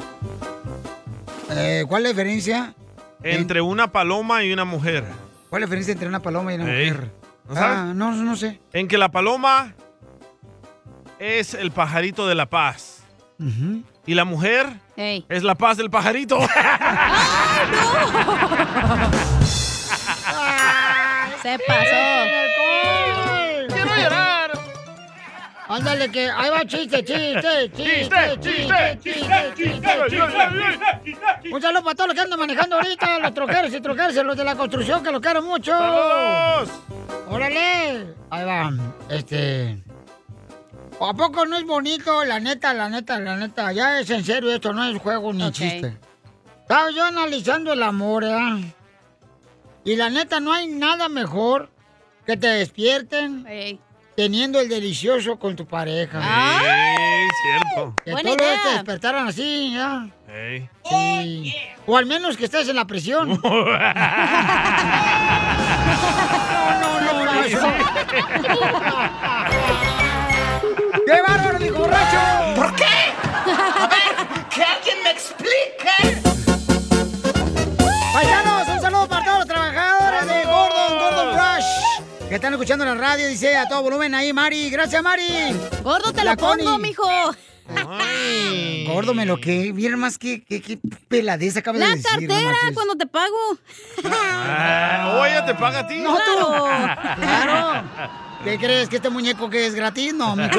S1: Eh, ¿Cuál es la diferencia?
S2: Entre una paloma y una mujer.
S1: ¿Cuál es la diferencia entre una paloma y una
S2: Ey.
S1: mujer?
S2: ¿No sabes?
S1: ah, no, no sé.
S2: En que la paloma es el pajarito de la paz. Y la mujer es la paz
S1: (laughs)
S2: del pajarito.
S3: Se pasó.
S1: ¡Quiero llorar! Ándale, que ahí va chiste, chiste, chiste, chiste, chiste, chiste, chiste. Un saludo para todos los que andan manejando ahorita, los troqueros y troqueros, y los de la construcción, que los quiero mucho.
S2: ¡Saludos!
S1: ¡Órale! Ahí va, este... ¿A poco no es bonito? La neta, la neta, la neta. Ya es en serio esto, no es juego ni chiste. Estaba yo analizando el amor, ¿verdad? Y la neta, no hay nada mejor que te despierten teniendo el delicioso con tu pareja.
S9: Ah,
S2: Ey, cierto.
S1: Que todos te despertaran así, ¿ya?
S2: Ey.
S1: Sí. O al menos que estés en la prisión. no, no, no, eso. (laughs) ¡Qué bárbaro, dijo borracho! ¿Por qué? A ver, que alguien me explique. Paisanos, un saludo para todos los trabajadores de Gordon, Gordon Brush. Que están escuchando en la radio, dice a todo volumen ahí, Mari. Gracias, Mari.
S3: Gordo, te lo pongo, mijo.
S1: Gordo, me lo que. Vieron más que, que, que peladez acaba de
S3: La
S1: decir. no
S3: cartera pues.
S1: marches.
S3: cuando te pago.
S2: Ah, ¿o ella te paga a ti?
S1: No, tú.
S2: Claro.
S1: Claro. ¿Qué crees? ¿Que este muñeco que es gratis? No,
S3: (laughs)
S2: (laughs)
S1: mijo.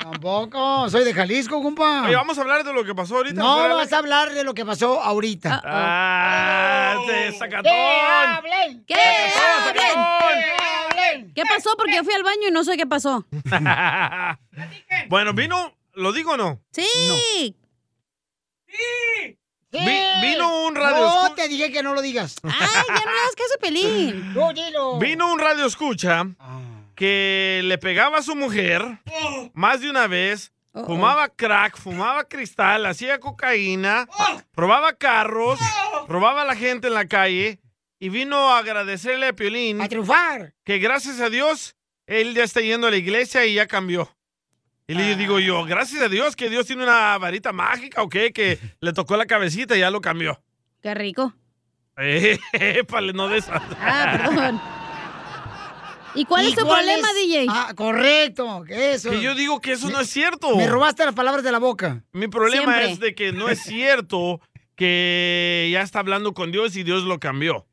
S1: Tampoco. Soy de Jalisco, compa.
S2: Oye, vamos a hablar de lo que pasó ahorita.
S1: No
S2: fuera del
S1: vas a hablar de lo que pasó ahorita.
S2: ¡Ah!
S1: Oh.
S2: ¡Te sacatón!
S1: hablen!
S3: ¿Qué
S2: Sacatón,
S3: hablen?
S1: hablen?
S2: (laughs)
S3: ¿Qué pasó? Porque yo fui al baño y no sé qué pasó.
S2: Bueno, vino, ¿lo digo o no?
S3: Sí.
S2: Vi- vino un radio
S1: No,
S2: escu-
S1: te dije que no lo digas.
S3: Ay, ya no le das caso,
S1: (laughs)
S3: Pelín.
S1: No, dilo.
S2: Vino un radio escucha que le pegaba a su mujer más de una vez, fumaba crack, fumaba cristal, hacía cocaína, robaba carros, robaba a la gente en la calle y vino a agradecerle a Piolín. A
S1: triunfar.
S2: Que gracias a Dios, él ya está yendo a la iglesia y ya cambió. Y le digo yo, gracias a Dios que Dios tiene una varita mágica o qué, que le tocó la cabecita y ya lo cambió. (laughs)
S3: Qué rico.
S2: Épale, no de esas.
S3: Ah, perdón. ¿Y cuál es tu problema, DJ?
S1: Ah, correcto, eso.
S2: Que yo digo que eso no es cierto.
S1: Me robaste las palabras de la boca.
S2: Mi problema
S1: Siempre.
S2: es de que no es cierto que ya está hablando con Dios y Dios lo cambió.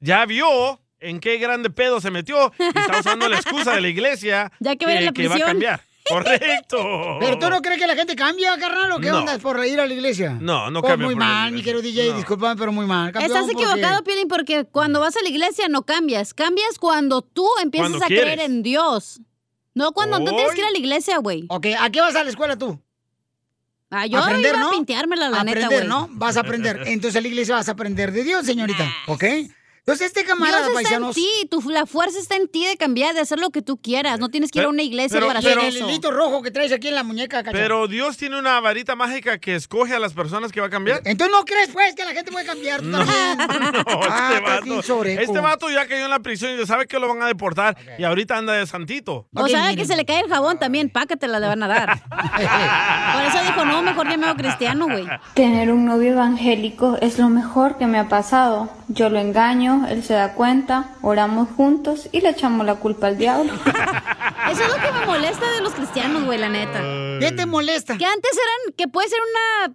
S2: Ya vio en qué grande pedo se metió y está usando la excusa de la iglesia
S1: Ya que va a ir a la
S2: que va a
S1: prisión.
S2: cambiar. Correcto.
S1: ¿Pero tú no crees que la gente cambia, carnal? ¿O qué
S2: No.
S1: onda por ir a la iglesia?
S2: No, no
S1: Pues
S2: cambia
S1: Muy
S2: por ir a la
S1: mal, mi
S2: iglesia.
S1: querido DJ, discúlpame, pero muy mal. campeón,
S3: Estás
S1: porque-
S3: equivocado, Piolín, porque cuando vas a la iglesia no cambias. Cambias cuando tú empiezas
S1: Cuando
S3: a creer
S1: quieres.
S3: en Dios. No cuando tú tienes
S1: Hoy.
S3: que ir a la iglesia, güey.
S1: Ok, ¿a qué vas a la escuela tú?
S3: Ah, yo iba a pinteármela, la
S1: aprender,
S3: neta, güey.
S1: ¿no? Vas a aprender.
S2: (laughs)
S1: Entonces a la iglesia vas a aprender de Dios, señorita. ¿Ok? Entonces este
S3: Dios
S1: camarada,
S3: está
S1: paisanos...
S3: en ti, tu, la fuerza está en ti de cambiar, de hacer lo que tú quieras. No tienes que ir a una iglesia para hacer
S1: el
S3: eso.
S1: hilito rojo que traes aquí en la muñeca, cacho.
S2: Pero Dios tiene una varita mágica que escoge a las personas que va a cambiar.
S1: Entonces no crees, pues, que la gente puede cambiar. Tú
S2: No, (laughs)
S1: también.
S2: no, este,
S1: bien
S2: vato,
S1: soreco.
S2: este vato ya cayó en la prisión y ya sabe que lo van a deportar y ahorita anda de santito.
S3: O sabe que se le cae el jabón también, pácatela le van a dar.
S2: (laughs)
S3: Por eso dijo, no, mejor ya me hago cristiano, güey.
S14: Tener un novio evangélico es lo mejor que me ha pasado. Yo lo engaño, él se da cuenta, oramos juntos y le echamos la culpa al diablo.
S3: Eso es lo que me molesta de los cristianos, güey, la neta.
S1: ¿Qué te molesta?
S3: Que antes eran, que puede ser una...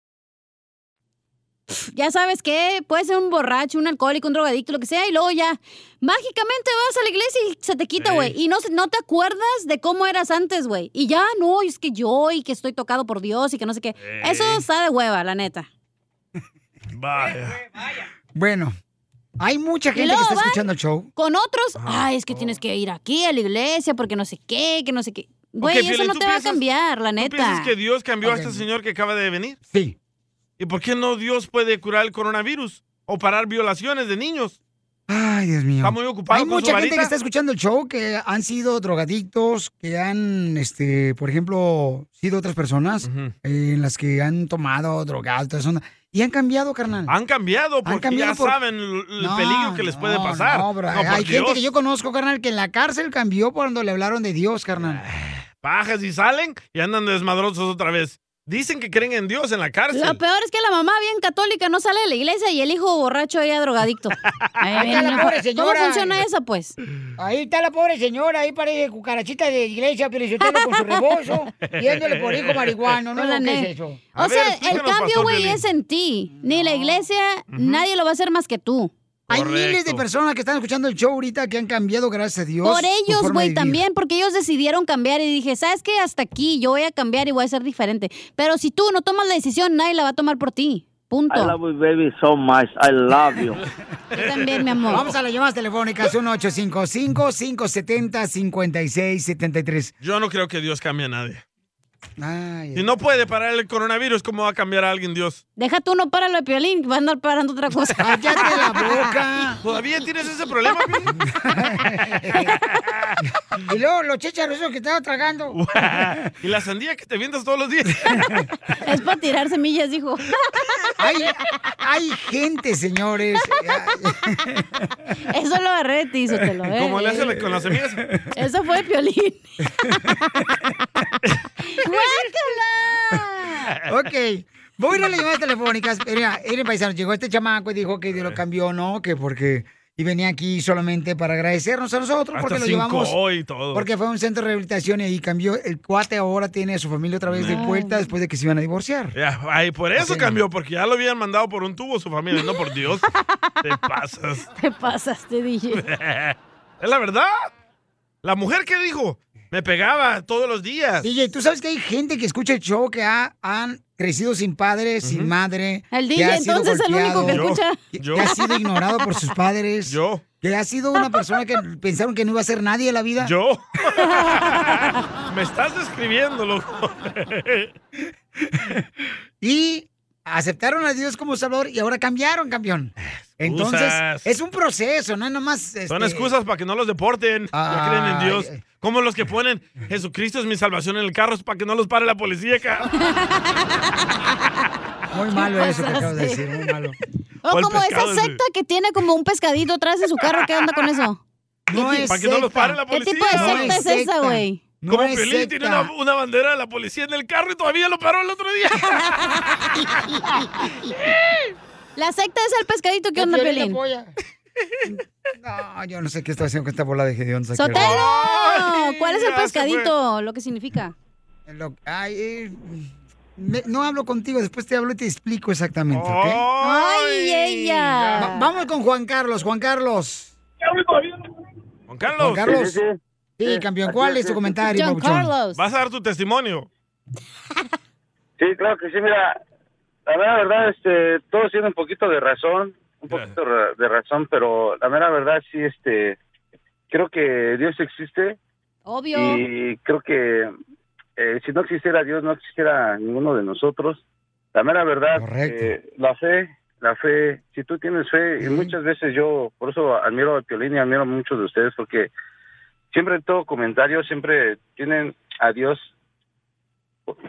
S3: Ya sabes que puede ser un borracho, un alcohólico, un drogadicto, lo que sea, y luego ya mágicamente vas a la iglesia y se te quita,
S15: Ey.
S3: güey. Y no, se- no te acuerdas de cómo eras antes, güey. Y ya, no, es que yo y que estoy tocado por Dios y que no sé qué.
S2: Ey.
S3: Eso está de hueva, la neta.
S2: Vaya.
S1: Bueno, hay mucha
S3: Y
S1: gente que
S3: luego
S1: está
S3: van
S1: escuchando el show.
S3: Con otros, ay, es que tienes que ir aquí a la iglesia porque no sé qué, que no sé qué. Güey,
S2: Ok,
S3: eso
S2: Piolín,
S3: no
S2: ¿tú
S3: te va a
S2: piensas-
S3: cambiar, la neta.
S2: ¿Tú piensas que Dios cambió
S3: Ok.
S2: a este señor que acaba de venir?
S1: Sí.
S2: ¿Y por qué no Dios puede curar el coronavirus o parar violaciones de niños?
S1: Ay, Dios mío.
S2: Está muy ocupado
S1: Hay
S2: con su
S1: mucha gente
S2: varita.
S1: que está escuchando el show que han sido drogadictos, que han, este, por ejemplo, sido otras personas eh, en las que han tomado drogado, toda esa onda, y han cambiado, carnal.
S2: Han cambiado porque
S1: cambiado
S2: ya
S1: por-
S2: saben el, el
S1: No,
S2: peligro que les puede
S1: no,
S2: pasar.
S1: no, bro.
S2: por
S1: Hay gente
S2: Dios.
S1: que yo conozco, carnal, que en la cárcel cambió cuando le hablaron de Dios, carnal.
S2: Pajas y salen y andan desmadrosos otra vez. Dicen que creen en Dios en la cárcel.
S3: Lo peor es que la mamá bien católica no sale de la iglesia y el hijo borracho ya
S2: (laughs)
S3: drogadicto. Ay,
S1: Ahí está
S3: bien,
S1: la pobre
S3: ¿Cómo
S1: señora.
S3: funciona eso, pues?
S1: Ahí está la pobre señora, ahí parece cucarachita de iglesia, pero con su rebozo,
S2: (laughs)
S1: yéndole por hijo marihuano, ¿no?
S3: La
S1: ¿Qué es
S3: ne-
S1: eso?
S3: O sea, el cambio, güey, es en ti. Ni la iglesia, nadie lo va a hacer más que tú.
S1: Hay miles de personas que están escuchando el show ahorita que han cambiado, gracias a Dios.
S3: Por
S1: su
S3: ellos,
S1: forma de
S3: güey,
S1: vivir.
S3: también, porque ellos decidieron cambiar y dije, ¿sabes qué? Hasta aquí yo voy a cambiar y voy a ser diferente. Pero si tú no tomas la decisión, nadie la va a tomar por ti. Punto.
S16: I love you, baby, so much. I love you.
S3: Yo también, mi amor.
S1: Vamos a las llamadas
S3: (laughs)
S1: telefónicas 1-855-570-5673.
S2: Yo no creo que Dios cambie a nadie. Si no puede parar el coronavirus, ¿cómo va a cambiar a alguien Dios?
S3: Deja tú, no para lo de Piolín, va a andar parando
S1: (laughs)
S3: otra cosa.
S2: ¡Cállate la boca! ¿Todavía tienes ese problema,
S1: Y luego los chícharos esos que estaba
S2: (laughs)
S1: tragando.
S2: y la sandía que te vientas todos los días.
S3: Es para tirar semillas, dijo.
S1: (laughs) Hay, hay gente, señores.
S3: Eso lo agarré de ti, Sotelo, ¿eh?
S2: Como le
S3: (laughs)
S2: hace con las semillas.
S3: Eso fue
S1: (laughs)
S3: de Piolín.
S1: (laughs) ok. Voy a ir a las llamadas telefónicas. Mira, el paisano llegó este chamaco y dijo que Dios lo cambió, ¿no? Que porque... Y venía aquí solamente para agradecernos a nosotros
S2: Hasta
S1: porque lo
S2: cinco
S1: llevamos...
S2: hoy todo.
S1: Porque fue a un centro de rehabilitación y ahí cambió. El cuate ahora tiene a su familia otra vez de
S2: Ay.
S1: vuelta después de que se iban a divorciar.
S2: Ya, ay, por eso cambió, porque ya lo habían mandado por un tubo su familia. No, por Dios. Te pasas.
S3: (laughs) Te pasaste, DJ.
S2: (laughs) es la verdad. La mujer que dijo, me pegaba todos los días.
S1: DJ, tú sabes que hay gente que escucha el show que ha- han crecido sin padre, sin madre.
S3: El
S1: que
S3: DJ,
S1: ha sido
S3: entonces, el único que Yo, escucha.
S1: Que,
S3: yo.
S1: que ha sido ignorado por sus padres.
S2: Yo.
S1: Que ha sido una persona que pensaron que no iba a ser nadie en la vida.
S2: Yo. (laughs) Me estás describiendo, loco.
S1: y aceptaron a Dios como Salvador y ahora cambiaron, campeón. Entonces,
S2: Excusas.
S1: es un proceso, no es nomás.
S2: Son
S1: este,
S2: excusas para que no los deporten.
S1: Ah,
S2: ya creen en Dios. Como los que ponen Jesucristo es mi salvación en el carro, es para que no los pare la
S3: (laughs)
S2: policía. ca-
S1: Muy malo eso que
S3: pasaste?
S1: acabas de decir, muy malo.
S3: (laughs) O
S2: O el
S3: como
S2: pescado
S3: esa
S2: ese.
S3: secta que tiene como un pescadito atrás de su carro. ¿Qué onda con eso?
S1: No es
S2: para que no los
S1: secta.
S2: pare la
S3: ¿Qué
S2: policía.
S3: tipo de secta es esa, güey?
S1: No
S2: Como
S1: es
S2: Pelín tiene
S1: secta.
S2: una, una bandera de la policía en el carro y todavía lo paró el otro
S3: (laughs)
S2: día.
S3: La secta es el pescadito. ¿Qué
S1: El
S3: onda,
S1: Piolín
S3: Piolín?
S1: No, yo no sé qué está haciendo con esta bola de gedionza. que-
S3: ¡Sotelo! ¿Cuál es el
S1: ya se
S3: pescadito? Lo que significa.
S1: Lo- ay, eh, me- no hablo contigo, después te hablo y te explico exactamente, ¿ok?
S3: ¡Ay, ella!
S1: Va- vamos con Juan Carlos, Juan Carlos.
S2: Juan Carlos.
S1: Juan Carlos. Sí, campeón, ¿cuál es tu comentario, papuchón?
S2: Vas a dar tu testimonio.
S15: Sí, claro que sí, mira, la mera verdad, este, todos tienen un poquito de razón, un poquito ra- de razón, pero la mera verdad sí, este, creo que Dios existe
S3: Obvio.
S15: y creo que eh, si no existiera Dios, no existiera ninguno de nosotros. La mera verdad, eh, la fe, la fe, si tú tienes fe, y muchas veces yo, por eso admiro a Piolín y admiro a muchos de ustedes, porque siempre en todo comentario, siempre tienen a Dios,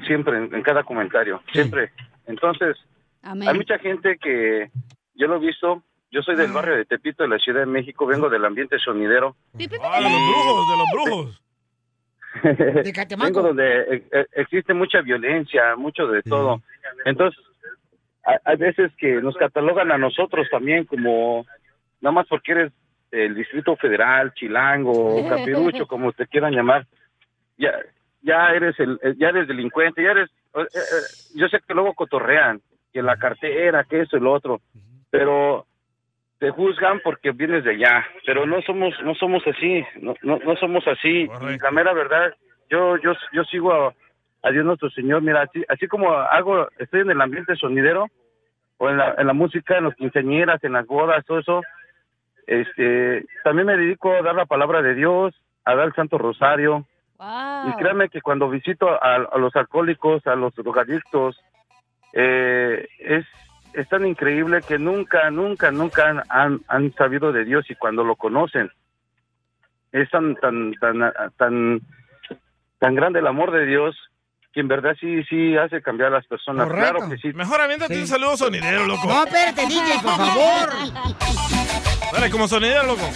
S15: siempre en, en cada comentario, siempre. Entonces, hay mucha gente que, yo lo he visto, yo soy del barrio de Tepito, de la Ciudad de México, vengo del ambiente sonidero.
S2: Ah, de los brujos, de los brujos.
S15: de
S1: Catemaco.
S15: donde eh, eh, existe mucha violencia, mucho de todo. Entonces, hay, hay veces que nos catalogan a nosotros también como, nada más porque eres del Distrito Federal, Chilango, Capirucho, como te quieran llamar, ya ya eres el eh, ya eres delincuente, ya eres eh, eh, yo sé que luego cotorrean, que la cartera, que eso y lo otro, pero te juzgan porque vienes de allá, pero no somos no somos así, no no, no somos así. Y La mera verdad, yo yo yo sigo a, a Dios nuestro Señor, mira, así, así como hago estoy en el ambiente sonidero o en la, en la música, en las quinceañeras, en las bodas, todo eso, este, también me dedico a dar la palabra de Dios, a dar el Santo Rosario, y créanme que cuando visito a, a los alcohólicos, a los drogadictos, eh, es, es tan increíble que nunca, nunca, nunca han, han, han sabido de Dios y cuando lo conocen, es tan, tan, tan, ah, tan, tan grande el amor de Dios que en verdad sí, sí hace cambiar a las personas.
S2: Correcto.
S15: Claro que sí.
S2: Mejor aviéntate un saludo sonidero, loco.
S1: No,
S3: (laughs)
S1: espérate, DJ, por favor.
S2: Dale, como sonidero, loco.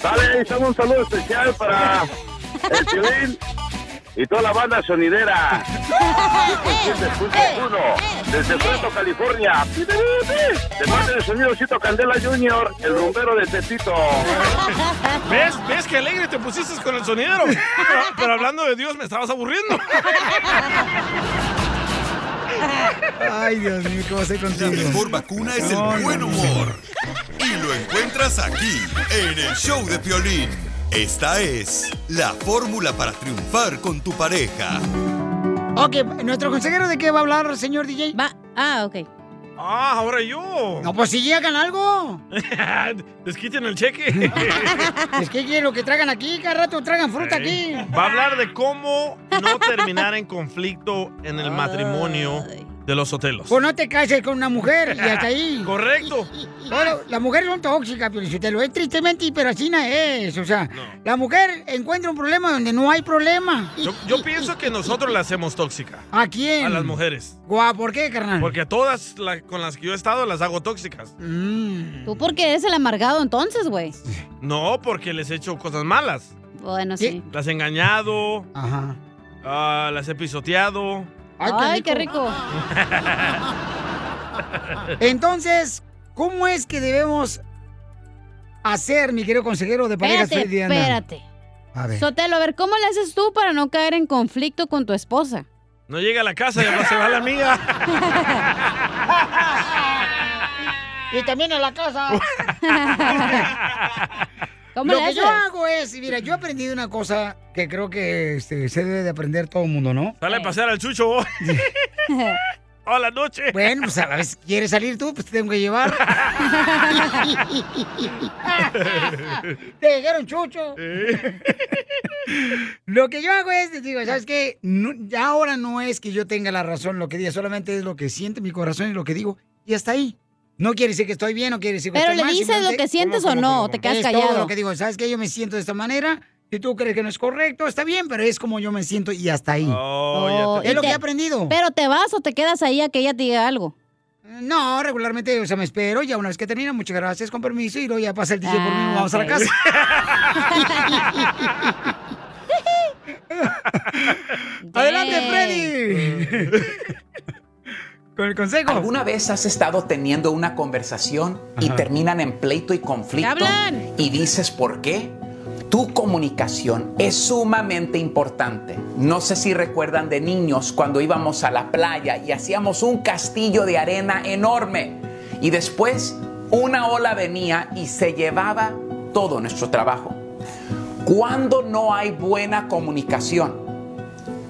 S15: Dale, hicimos un saludo especial para el Piolín y toda la banda sonidera. Uno, desde Fresno, California. De parte de sonido Cito Candela Junior, el rumbero de Tepito.
S2: ¿Ves? ¿Ves qué alegre te pusiste con el sonidero? Pero, pero hablando de Dios, me estabas aburriendo.
S1: Ay, Dios mío, ¿qué va a hacer contigo?
S6: La mejor vacuna es el buen humor. Y lo encuentras aquí, en el show de Piolín. Esta es la fórmula para triunfar con tu pareja.
S1: Ok, ¿nuestro consejero de qué va a hablar, señor DJ?
S3: ah, ok.
S2: Ah, ahora yo.
S1: No, pues si llegan algo.
S2: (laughs) Les quiten el cheque. (laughs)
S1: Es que ¿qué es lo que tragan aquí, cada rato tragan fruta aquí.
S2: Va a hablar de cómo no terminar en conflicto en el matrimonio de los hotelos.
S1: Pues no te cases con una mujer y hasta ahí.
S2: Correcto.
S1: Bueno, las mujeres son tóxicas, Piolichotelo. Es tristemente, pero así no es. O sea, la mujer encuentra un problema donde no hay problema.
S2: Yo, yo pienso que nosotros la hacemos tóxica.
S1: ¿A quién?
S2: A las mujeres.
S1: Guau, ¿por qué, carnal?
S2: Porque a todas la- con las que yo he estado las hago tóxicas.
S3: Tú porque eres el amargado entonces, güey.
S2: No, porque les he hecho cosas malas.
S3: Bueno, sí.
S2: Las he engañado. ah, las he pisoteado. (laughs)
S3: Ay, qué rico.
S1: Entonces, ¿cómo es que debemos hacer, mi querido consejero de parejas
S3: Espérate,
S1: feliz, Diana?
S3: espérate.
S1: A ver.
S3: Sotelo, a ver, ¿cómo le haces tú para no caer en conflicto con tu esposa?
S2: No llega a la casa, ya se va la amiga. (laughs)
S1: Y también en la casa.
S3: (laughs) ¿Cómo
S1: Lo
S3: le
S1: que yo
S3: haces?
S1: hago es, mira, yo he aprendido una cosa que creo que este, se debe de aprender todo el mundo, ¿no?
S2: Sale a pasear al
S1: (laughs)
S2: chucho. hoy. Hola, noche.
S1: Bueno, pues a la vez, ¿quieres salir tú? Pues te tengo que llevar.
S2: (laughs)
S1: te dijeron chucho. lo que yo hago es, te digo, ¿sabes qué? No- ya ahora no es que yo tenga la razón lo que diga, solamente es lo que siente mi corazón y lo que digo. Y hasta ahí. No quiere decir que estoy bien, no quiere decir que
S3: Pero
S1: estoy
S3: le
S1: mal,
S3: dices lo
S1: simplemente-
S3: que sientes o no, te quedas
S1: Es
S3: callado.
S1: Todo lo que digo, ¿sabes qué? Yo me siento de esta manera. Si tú crees que no es correcto, está bien, pero es como yo me siento y hasta ahí.
S3: Oh,
S1: es
S3: y
S1: lo que
S3: te-
S1: he aprendido.
S3: Pero te vas o te quedas ahí a que ella te diga algo.
S1: No, regularmente, o sea, me espero, ya una vez que termina, muchas gracias, con permiso, y luego ya pasa el DJ por mí,
S3: Ah,
S1: vamos a
S3: ok.
S1: la casa. ¡Adelante, Freddy! (laughs) Con el consejo.
S13: ¿Alguna vez has estado teniendo una conversación y terminan en pleito y conflicto? Y dices por qué. Tu comunicación es sumamente importante. No sé si recuerdan de niños cuando íbamos a la playa y hacíamos un castillo de arena enorme y después una ola venía y se llevaba todo nuestro trabajo. Cuando no hay buena comunicación,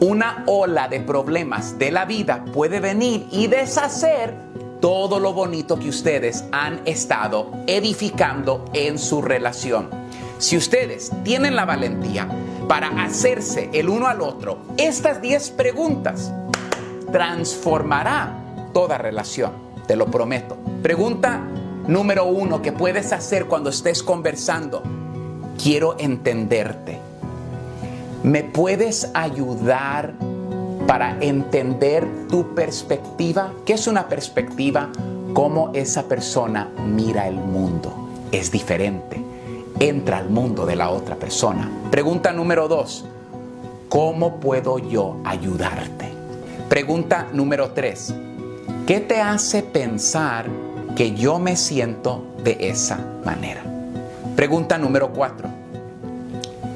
S13: una ola de problemas de la vida puede venir y deshacer todo lo bonito que ustedes han estado edificando en su relación. Si ustedes tienen la valentía para hacerse el uno al otro, estas 10 preguntas transformará toda relación, te lo prometo. Pregunta número uno que puedes hacer cuando estés conversando. Quiero entenderte. ¿Me puedes ayudar para entender tu perspectiva? ¿Qué es una perspectiva? Cómo esa persona mira el mundo. Es diferente. Entra al mundo de la otra persona. Pregunta número dos. ¿Cómo puedo yo ayudarte? Pregunta número tres. ¿Qué te hace pensar que yo me siento de esa manera? Pregunta número cuatro.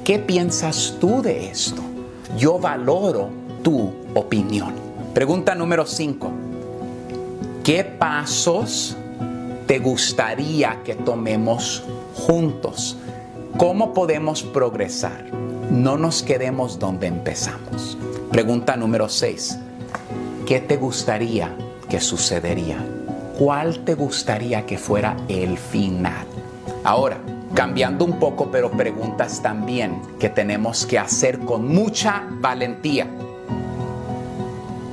S13: ¿Qué piensas tú de esto? Yo valoro tu opinión. Pregunta número 5. ¿Qué pasos te gustaría que tomemos juntos? ¿Cómo podemos progresar? No nos quedemos donde empezamos. Pregunta número 6. ¿Qué te gustaría que sucedería? ¿Cuál te gustaría que fuera el final? Ahora, cambiando un poco, pero preguntas también que tenemos que hacer con mucha valentía.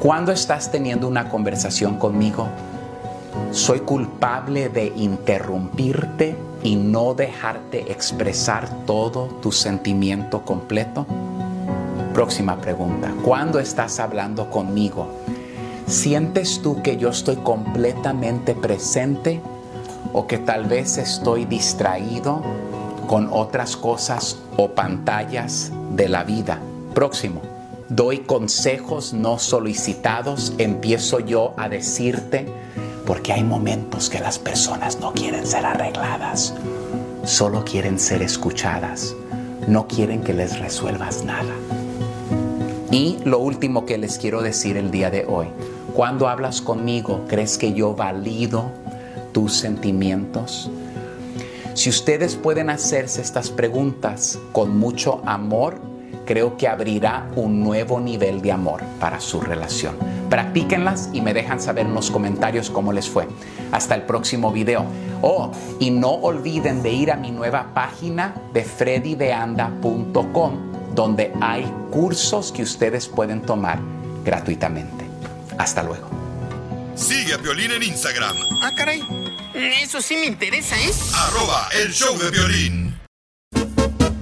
S13: ¿Cuándo estás teniendo una conversación conmigo? Soy culpable de interrumpirte y no dejarte expresar todo tu sentimiento completo. Próxima pregunta. ¿Cuándo estás hablando conmigo? ¿Sientes tú que yo estoy completamente presente o que tal vez estoy distraído con otras cosas o pantallas de la vida. Próximo. Doy consejos no solicitados, empiezo yo a decirte, porque hay momentos que las personas no quieren ser arregladas, solo quieren ser escuchadas, no quieren que les resuelvas nada. Y lo último que les quiero decir el día de hoy, cuando hablas conmigo, ¿crees que yo valido tus sentimientos? Si ustedes pueden hacerse estas preguntas con mucho amor, creo que abrirá un nuevo nivel de amor para su relación. Practíquenlas y me dejan saber en los comentarios cómo les fue. Hasta el próximo video. Oh, y no olviden de ir a mi nueva página de freddydeanda.com donde hay cursos que ustedes pueden tomar gratuitamente. Hasta luego.
S6: Sigue a Piolín en Instagram,
S17: Ah, caray. Eso sí me interesa, ¿eh?
S6: arroba el show de violín.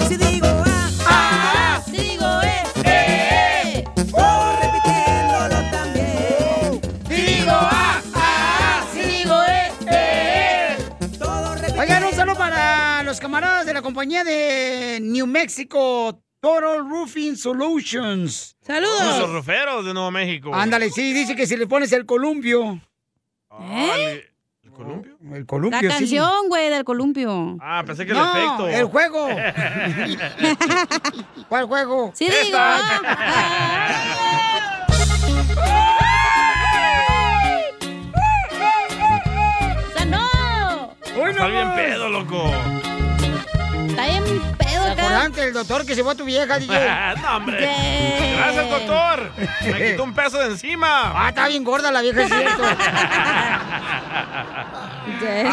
S17: Si digo ah, ah, si digo eh, eh, eh, oh, repitiéndolo también. Si
S3: (laughs)
S17: digo ah, ah, si digo eh, eh, eh.
S1: Oigan, un saludo para los camaradas de la compañía de New Mexico, Total Roofing Solutions.
S2: Uy, Los roferos de Nuevo México.
S1: Ándale, sí, dice que si le pones el columpio.
S2: ¿Eh? ¿El columpio?
S1: El columpio,
S3: La
S1: sí.
S3: canción, güey, del columpio.
S2: Ah, pensé que
S1: No,
S2: el efecto.
S1: el (laughs)
S17: (laughs)
S1: juego. (laughs) ¿Cuál juego?
S3: Sí, digo.
S17: ah. (laughs)
S3: ¡Sanó!
S2: Está bien pedo, loco.
S3: Está bien pedo, acá.
S1: Acordante, el doctor que se fue a tu vieja, DJ.
S2: (laughs) no, hombre. Gracias, doctor.
S1: (laughs)
S2: Me quitó un peso de encima.
S1: Ah, está bien gorda la vieja, es
S2: (laughs)
S1: cierto.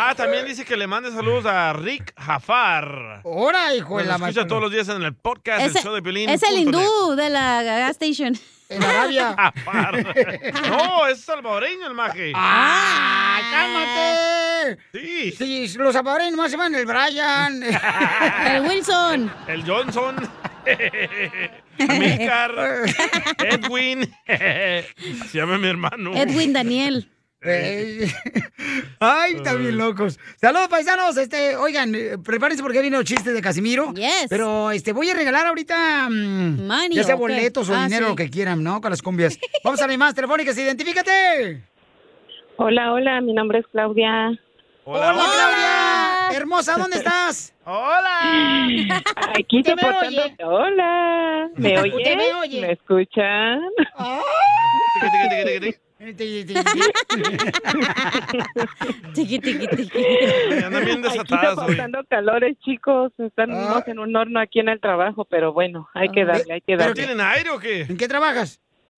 S2: ah, también dice que le mande saludos a Rick Jafar.
S1: Ahora, hijo de
S2: Nos
S1: la
S2: escucha
S1: madre.
S2: todos los días en el podcast del
S3: Ese-
S2: show de Piolín.
S3: Es el
S2: punto net.
S3: hindú de la gas station.
S1: En
S3: (laughs)
S2: (laughs)
S1: Arabia. (laughs)
S2: No, Oh, es salvadoreño el maje.
S1: ¡Ah! ¡Cálmate! Sí. los salvadoreños más se van el
S2: (laughs)
S1: Brian. el
S3: Wilson.
S2: El Johnson. (laughs) Amícar.
S1: (laughs)
S2: Edwin. (laughs) Se llama mi hermano.
S3: Edwin Daniel.
S1: Ey. (laughs) Ay, están bien locos. Saludos, paisanos. Este, oigan, eh, prepárense porque vino el chiste de Casimiro.
S3: Yes.
S1: Pero este, voy a regalar ahorita mm,
S3: Money,
S1: ya sea
S3: ok.
S1: boletos o
S3: Ah,
S1: dinero,
S3: sí.
S1: lo que quieran, ¿no? Con las cumbias. Vamos a las más telefónicas, identifícate.
S18: (laughs) Hola, hola, mi nombre es Claudia.
S1: Hola, Claudia. Hermosa, ¿dónde estás?
S2: Hola.
S18: Aquí
S1: ¿Usted me
S18: soportando-
S1: oye?
S18: Hola, ¿me
S1: ¿Usted
S18: oye?
S1: me oye?
S18: escuchan?
S3: Tiqui, tiqui, tiqui.
S2: Andan bien
S18: Aquí
S2: desatadas Ah. hoy.
S18: soportando calores, chicos. Estamos en un horno aquí en el trabajo, pero bueno, hay que darle, hay que
S2: Ah. ¿Pero
S18: darle.
S2: tienen aire o qué?
S1: ¿En qué trabajas?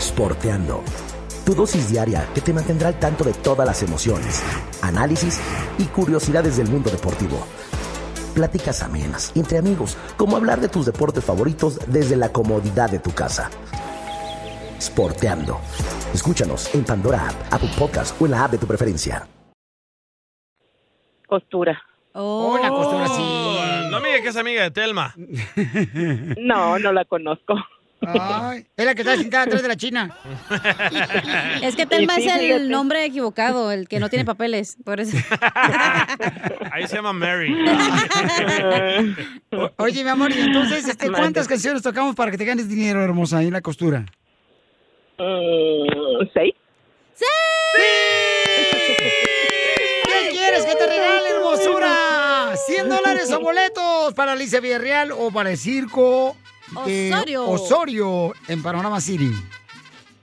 S19: Sporteando. Tu dosis diaria que te mantendrá al tanto de todas las emociones, análisis y curiosidades del mundo deportivo. Pláticas amenas, entre amigos, como hablar de tus deportes favoritos desde la comodidad de tu casa. Sporteando. Escúchanos en Pandora App, Apple Podcast o en la app de tu preferencia.
S18: Costura.
S3: Oh,
S1: la costura,
S2: Oh, No me diga que es amiga
S1: (laughs)
S2: de Telma.
S18: (laughs) No, no la conozco.
S1: Ay, es la que está sentada atrás de la China.
S3: Es que Telma
S1: Y sí,
S3: es
S1: fíjate.
S3: el nombre equivocado, el que no tiene papeles.
S18: (laughs)
S3: Por eso.
S2: Ahí se llama Mary.
S1: (laughs) O- Oye, mi amor, y entonces, este, ¿cuántas
S18: Mande.
S1: canciones tocamos para que te ganes dinero, hermosa, ahí en la costura?
S10: Ah.
S18: Mm, ¿Seis?
S1: ¿Qué quieres que te regale, hermosura? ¿100 dólares o boletos para Alicia Villarreal o para el circo de
S18: Osorio.
S1: Eh, Osorio en Panorama City?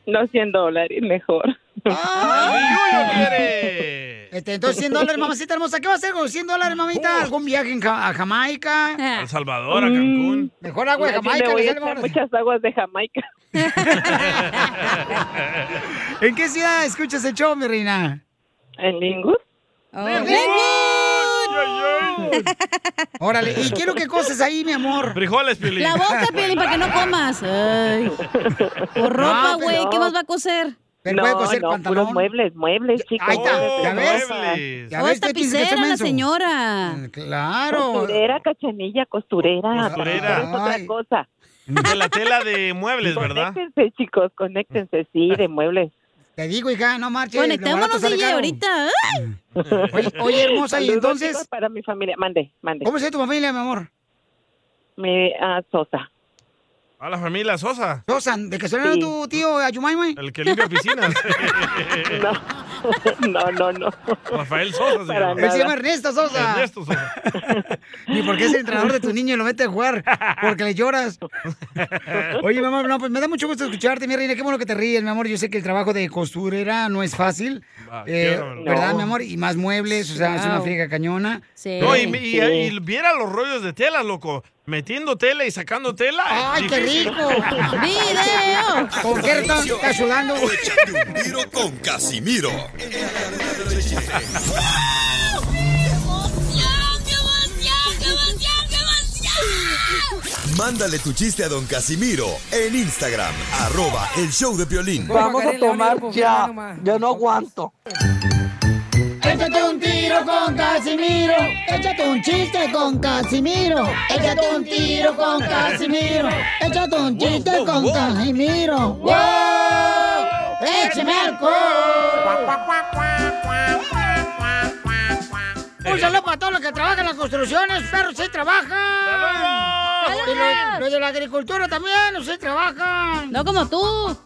S18: No, 100 dólares, mejor.
S1: Este, entonces, 100 dólares, mamacita hermosa. ¿Qué vas a hacer con 100 dólares, mamita? ¿Algún viaje en Ja- a Jamaica?
S2: El Salvador, a Cancún.
S1: Mejor agua de
S18: Más bien
S1: Jamaica.
S18: me voy
S1: le
S18: a
S1: sale
S18: echar
S1: más-
S18: muchas aguas de Jamaica.
S1: (laughs) ¿En qué ciudad escuchas el show, mi reina?
S18: ¿En Lingus?
S1: (laughs) Órale, ¿y qué es lo que coces ahí, mi amor?
S2: Frijoles, Piolín.
S3: La boca, Piolín, para que no comas. Ay. O ropa,
S18: No,
S3: güey.
S18: pero-
S3: ¿Qué más va a coser?
S18: no, no, puros muebles, muebles, chicos.
S3: ahí está,
S18: muebles,
S3: ya ves,
S18: muebles.
S3: O es tapicera la señora.
S1: Mm, Claro.
S18: Costurera, cachanilla, costurera.
S2: Costurera.
S18: Costurera. Es otra cosa.
S2: De la tela de muebles, ¿verdad?
S18: Conéctense, chicos,
S1: (laughs)
S18: conéctense, (laughs) sí, de muebles.
S1: Te digo, hija, no marches.
S3: Conectémonos, DJ, ahorita.
S1: Oye, oye, hermosa, y
S18: Saludos,
S1: entonces-
S18: chicos, para mi familia, mande, mande.
S1: ¿Cómo se llama tu familia, mi amor?
S18: Mi ah, Sosa.
S2: A la familia Sosa.
S1: Sosa, ¿de que suena
S2: Sí.
S1: tu tío Ayumay, güey?
S2: El que limpia piscinas.
S1: (laughs) No, no, no.
S2: Rafael Sosa. se
S1: Para
S2: llama.
S1: Él se llama Ernesto Sosa.
S2: Ernesto Sosa.
S1: (laughs) Ni porque es el entrenador de tu niño y lo mete a jugar porque le
S2: (laughs)
S1: lloras. Oye, mi amor, no, pues me da mucho gusto escucharte, mi reina. Qué bueno que te ríes, mi amor. Yo sé que el trabajo de costurera no es fácil.
S2: Ah,
S1: eh,
S2: qué bárbaro.
S1: ¿Verdad,
S2: No.
S1: mi amor? Y más muebles, o sea, es una
S2: Wow.
S1: friega cañona. Sí.
S2: No, y, y- y viera los rollos de tela, loco. Metiendo tela y sacando tela.
S1: ¡Ay, qué
S2: Difícil.
S1: rico! ¡Video! ¿Con qué estás estás sudando?
S6: Échate un tiro con Casimiro. Mándale tu chiste a don Casimiro en Instagram, arroba el show de violín.
S16: Vamos a tomar ya. Yo no aguanto.
S1: Échate un tiro con Casimiro. Échate un chiste con Casimiro. Échate un tiro con Casimiro. Échate un chiste con Casimiro. ¡Wow! ¡Échame Un saludo para todos los que trabajan en las construcciones, perros sí trabajan.
S3: ¡Saludos!
S1: Y los, los de la agricultura también, sí trabajan. No como tú.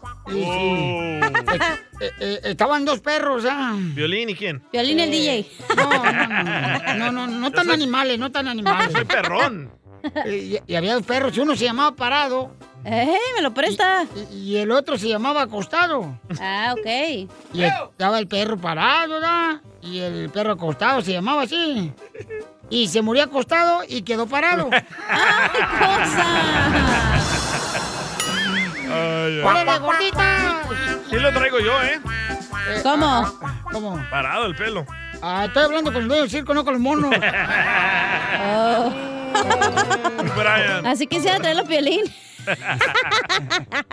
S1: estaban dos perros, Eh, ¿ah?
S2: ¿Violín y quién?
S1: Violín el DJ. No, no, no, no, no, no tan animales, no tan animales.
S2: Soy perrón.
S1: Y, y había dos perros, uno se llamaba Parado. ¡Eh, me lo presta! Y, y el otro se llamaba Acostado. Ah, ok. Y estaba el perro parado, ¿verdad? Y el perro acostado se llamaba así. Y se murió acostado y quedó
S2: (laughs)
S1: parado. ¡Ay, cosa!
S2: Ay, ay.
S1: ¡Órale, gordita!
S2: Sí lo traigo yo, ¿eh?
S1: ¿Cómo? ah, ¿Cómo?
S2: Parado el pelo.
S1: Ah, estoy hablando con el dueño del circo, no con los
S2: (laughs)
S1: monos. (laughs)
S2: Brian.
S3: Así que se va a traer la piolín.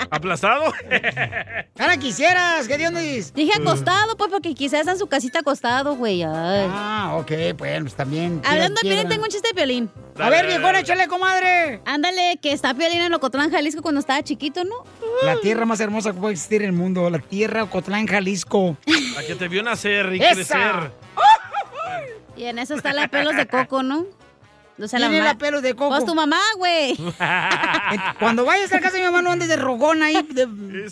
S2: ¿Aplastado?
S1: Ahora quisieras, ¿qué dices?
S3: Dije acostado, pues, porque quizás está en su casita acostado, güey. Ay.
S1: Ah, ok, bueno, pues también.
S3: Hablando
S1: Dios
S3: de Piolín,
S1: quiera.
S3: tengo un chiste de Piolín.
S1: A ver, viejona, échale, comadre.
S3: Ándale, que está Piolín en Locotlán, Jalisco, cuando estaba chiquito, ¿no?
S1: La tierra más hermosa que puede existir en el mundo, la tierra Ocotlán,
S3: (laughs)
S1: Jalisco.
S2: La que te vio nacer y
S1: ¡Esa!
S2: crecer.
S3: Y en eso está
S1: (laughs)
S3: la de pelos de coco, ¿no? O
S1: ¿Quién es
S3: ma-
S1: la pelos de coco?
S3: Pues tu mamá, güey.
S1: Cuando vayas a la casa de mi mamá, no andes de rogón ahí,
S3: (laughs)
S1: de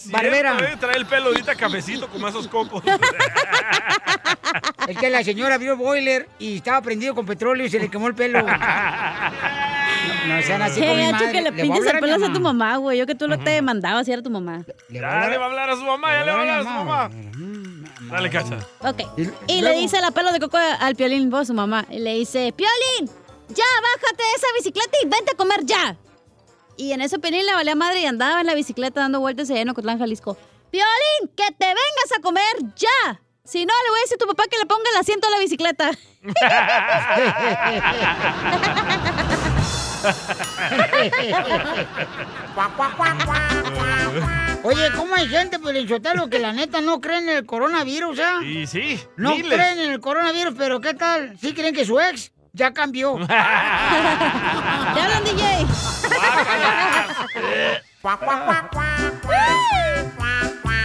S1: barbera.
S2: Cierto, ¿eh? Trae el pelo ahorita cafecito como esos cocos.
S1: Es que la señora vio el boiler y estaba prendido con petróleo y se le quemó el
S3: (laughs)
S1: pelo. No sean así
S3: Che,
S1: con mi
S3: gacho,
S1: madre.
S3: que
S1: Le
S3: le
S1: voy a
S3: pintes
S1: hablar
S3: el
S1: a mi
S3: pelo a
S1: mamá.
S3: tu mamá, güey. Yo que tú lo te demandaba si era tu mamá.
S2: ya le va a hablar a su mamá, ya le va a hablar a su mamá.
S1: Mm,
S2: Dale, cacha.
S3: Ok. Y le dice la pelo de coco al Piolín, vos, su mamá. Y le dice, Piolín, ya bájate de esa bicicleta y vente a comer ya. Y en eso Piolín le valía madre y andaba en la bicicleta dando vueltas allá en Ocotlán, Jalisco. Piolín, que te vengas a comer ya. Si no, le voy a decir a tu papá que le ponga el asiento a la bicicleta.
S1: (laughs) Oye, ¿cómo hay gente, Pelichotelo, que la neta no creen en el coronavirus, ah?
S2: Y sí,
S1: No
S2: miles.
S1: creen en el coronavirus, pero ¿qué tal? Sí creen que su ex ya
S3: (laughs)
S1: cambió.
S3: ¿Ya hablan, DJ?
S2: "Ah".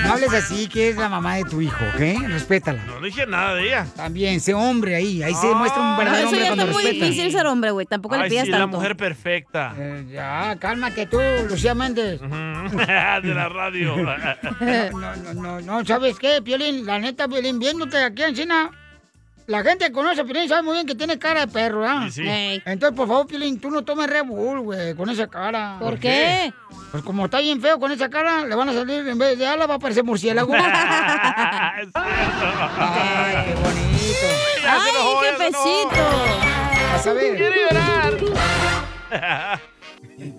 S1: No hables así, que es la mamá de tu hijo, ¿ok? Respétala.
S2: No dije nada de ella.
S1: También, sé hombre ahí. Ahí se
S2: Ah.
S1: muestra un verdadero
S3: Eso
S1: hombre
S3: ya
S1: cuando
S3: está muy
S1: respeta.
S3: difícil ser hombre, güey. Tampoco le
S2: Ay,
S3: pidas
S2: sí, la
S3: tanto.
S2: mujer perfecta.
S1: Ya, cálmate tú, Lucía Méndez.
S2: de la
S1: (laughs)
S2: radio.
S1: No, no, no, no, ¿sabes qué, Piolín? La neta, Piolín, viéndote aquí en China, la gente que conoce a Piolín sabe muy bien que tiene cara de perro, ¿ah?
S2: Y sí. Ey.
S1: Entonces, por favor, Piolín, tú no tomes Red Bull, güey, con esa cara.
S3: ¿Por ¿Por qué?
S1: Pues como está bien feo con esa cara, le van a salir, en vez de ala, va a parecer murciélago. Ay, qué bonito.
S3: Ay, jefecito.
S1: A saber.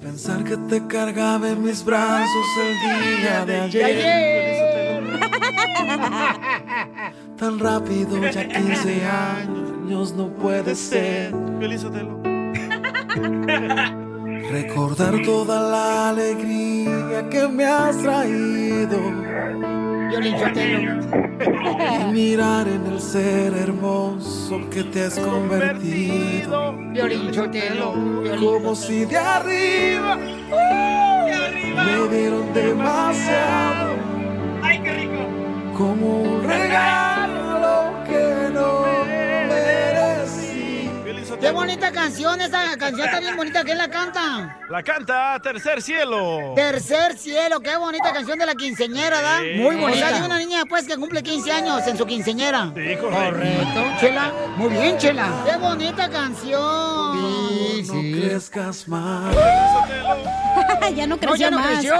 S20: Pensar que te cargaba en mis brazos el día de
S9: De
S20: ayer. Tan rápido, ya 15 años, no puede ser. Recordar toda la alegría que me has traído. Y mirar en el ser hermoso que te has convertido. Como si de arriba, uh, me dieron demasiado. Ay, qué rico. Como un regalo que no merecí.
S1: Qué bonita canción, esa canción está bien bonita. ¿Quién la canta?
S2: La canta Tercer Cielo.
S1: Tercer cielo, qué bonita canción de la quinceñera, ¿da?
S2: Sí. Muy bonita.
S1: O sea, de una niña, pues, que cumple 15 años en su quinceñera.
S2: Sí,
S1: correcto. Chela, muy bien, Chela. Qué bonita canción.
S20: No crezcas más.
S3: (laughs) ya no
S1: No,
S3: creció
S1: ya no
S3: más.
S1: creció.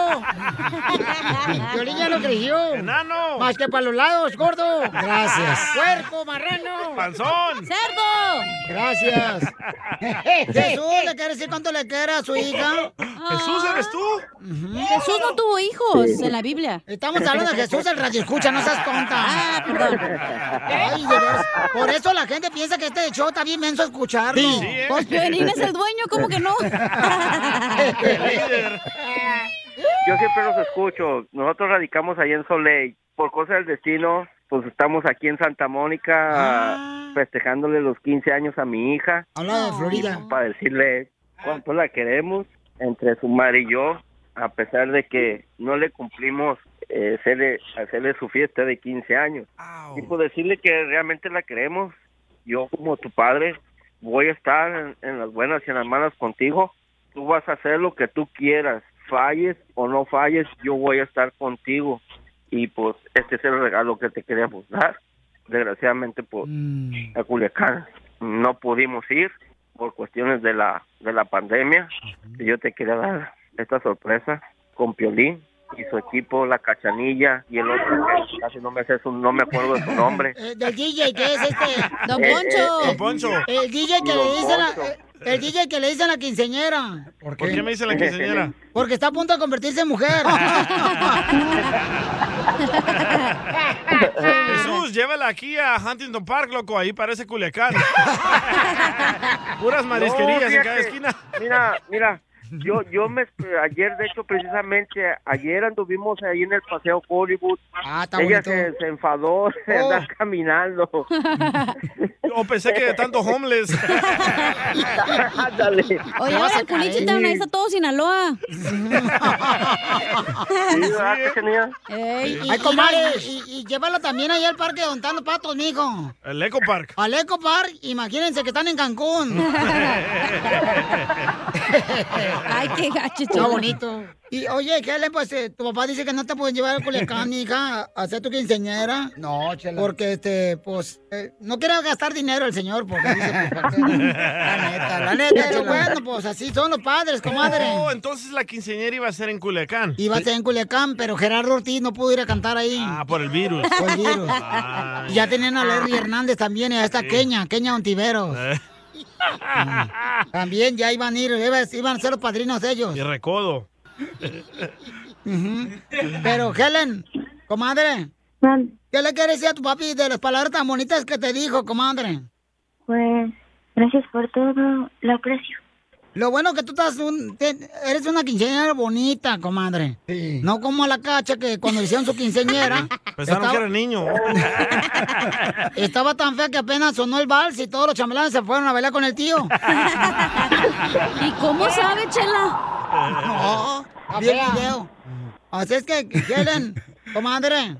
S3: (laughs)
S1: Violín ya no creció.
S2: Enano.
S1: Más que para los lados, gordo.
S2: Gracias.
S1: Puerco, marrano.
S2: Panzón.
S1: Cerdo. Gracias. (laughs) Jesús, ¿le quiere decir cuánto le queda a su hija?
S2: (laughs) Jesús, ¿eres tú?
S3: Jesús no tuvo hijos en la Biblia. Ah,
S1: Estamos hablando de Jesús, el radio escucha, no seas tonta. Ay, de veras. Por eso la gente piensa que este show está bien menso escucharlo.
S3: Sí, sí, ¿eh? Pues Piolín es el dueño, ¿cómo
S7: (laughs)
S3: que no?
S7: (laughs) Yo siempre los escucho. Nosotros radicamos allá en Soleil. Por cosa del destino, pues estamos aquí en Santa Mónica festejándole los 15 años a mi hija.
S1: Habla
S15: Ah,
S1: de Florida.
S7: Para decirle cuánto la queremos entre su madre y yo, a pesar de que no le cumplimos eh, hacerle, hacerle su fiesta de 15 años. Y por decirle que realmente la queremos. Yo como tu padre voy a estar en, en las buenas y en las malas contigo. Tú vas a hacer lo que tú quieras, falles o no falles, yo voy a estar contigo. Y pues este es el regalo que te queríamos dar. Desgraciadamente pues
S1: Mm.
S7: a Culiacán no pudimos ir por cuestiones de la de la pandemia. Y Yo te quería dar esta sorpresa con Piolín y su equipo, la Cachanilla y el otro que casi no me sé su- no me acuerdo de su nombre.
S1: Eh, del DJ que es este.
S7: Don Eh, Poncho. eh,
S1: El-
S7: Don Poncho.
S1: El DJ que le
S7: Don
S1: dice la.
S7: Poncho.
S1: eh, El DJ que le dice a la quinceñera.
S2: ¿Por qué me dice la quinceañera?
S1: Porque está a punto de convertirse en mujer.
S2: Jesús, llévala aquí a Huntington Park, loco. Ahí parece
S7: (laughs)
S2: Culiacán. Puras marisquerías en
S7: No,
S2: cada
S7: fíjate,
S2: esquina.
S7: Mira,
S2: (laughs)
S7: mira, yo, yo me, ayer, de hecho, precisamente, ayer anduvimos ahí en el Paseo Hollywood.
S2: Ah, está
S7: Ella
S2: bonito.
S7: se, se enfadó de
S2: Oh.
S7: andar caminando.
S2: (laughs) O pensé que de tanto homeless.
S7: Ándale.
S3: Oye, ahora el culichi tan ahí está todo Sinaloa.
S1: Ey, y,
S3: Ay,
S1: y-
S3: comadres.
S1: y- y llévala también ahí al parque de Ontando Patos, mijo.
S2: El Eco Park.
S1: Al Eco Park, imagínense que están en Cancún.
S3: Ay, qué gacho,
S1: Está bonito. Y oye, ¿qué le pues, eh, tu papá dice que no te pueden llevar a Culiacán, hija, a hacer tu quinceñera? No, chela. Porque, este, pues, eh, no quiere gastar dinero el señor, porque dice, pues, (laughs) ¿para qué? La neta, la neta, pero bueno, pues, así son los padres, comadre.
S2: Oh, entonces la quinceañera iba a ser en Culiacán.
S1: Iba a estar en Culiacán, pero Gerardo Ortiz no pudo ir a cantar ahí.
S2: Ah, por el virus.
S1: Por el virus.
S2: Ah,
S1: Y ya tenían a Larry Hernández también, y a esta
S2: Sí.
S1: Kenia, Kenia Ontiveros. Mm. También ya iban a ir, iba- iban a ser los padrinos de ellos.
S2: Ah. y recodo.
S1: Ujú. Pero, Helen, comadre, ¿qué le quieres decir a tu papi de las palabras tan bonitas que te dijo, comadre?
S8: Pues gracias por todo, lo aprecio.
S1: Lo bueno que tú estás un- te- eres una quinceañera bonita, comadre. No como la cacha que cuando hicieron su
S2: (laughs)
S1: quinceañera...
S2: Pensaron
S1: estaba-
S2: que era niño.
S1: Estaba tan fea que apenas sonó el vals y todos los chambelanes se fueron a bailar con el tío. (laughs) ¿Y cómo sabe, Chela? Ah, No, vi el video. Así es que, Helen, comadre,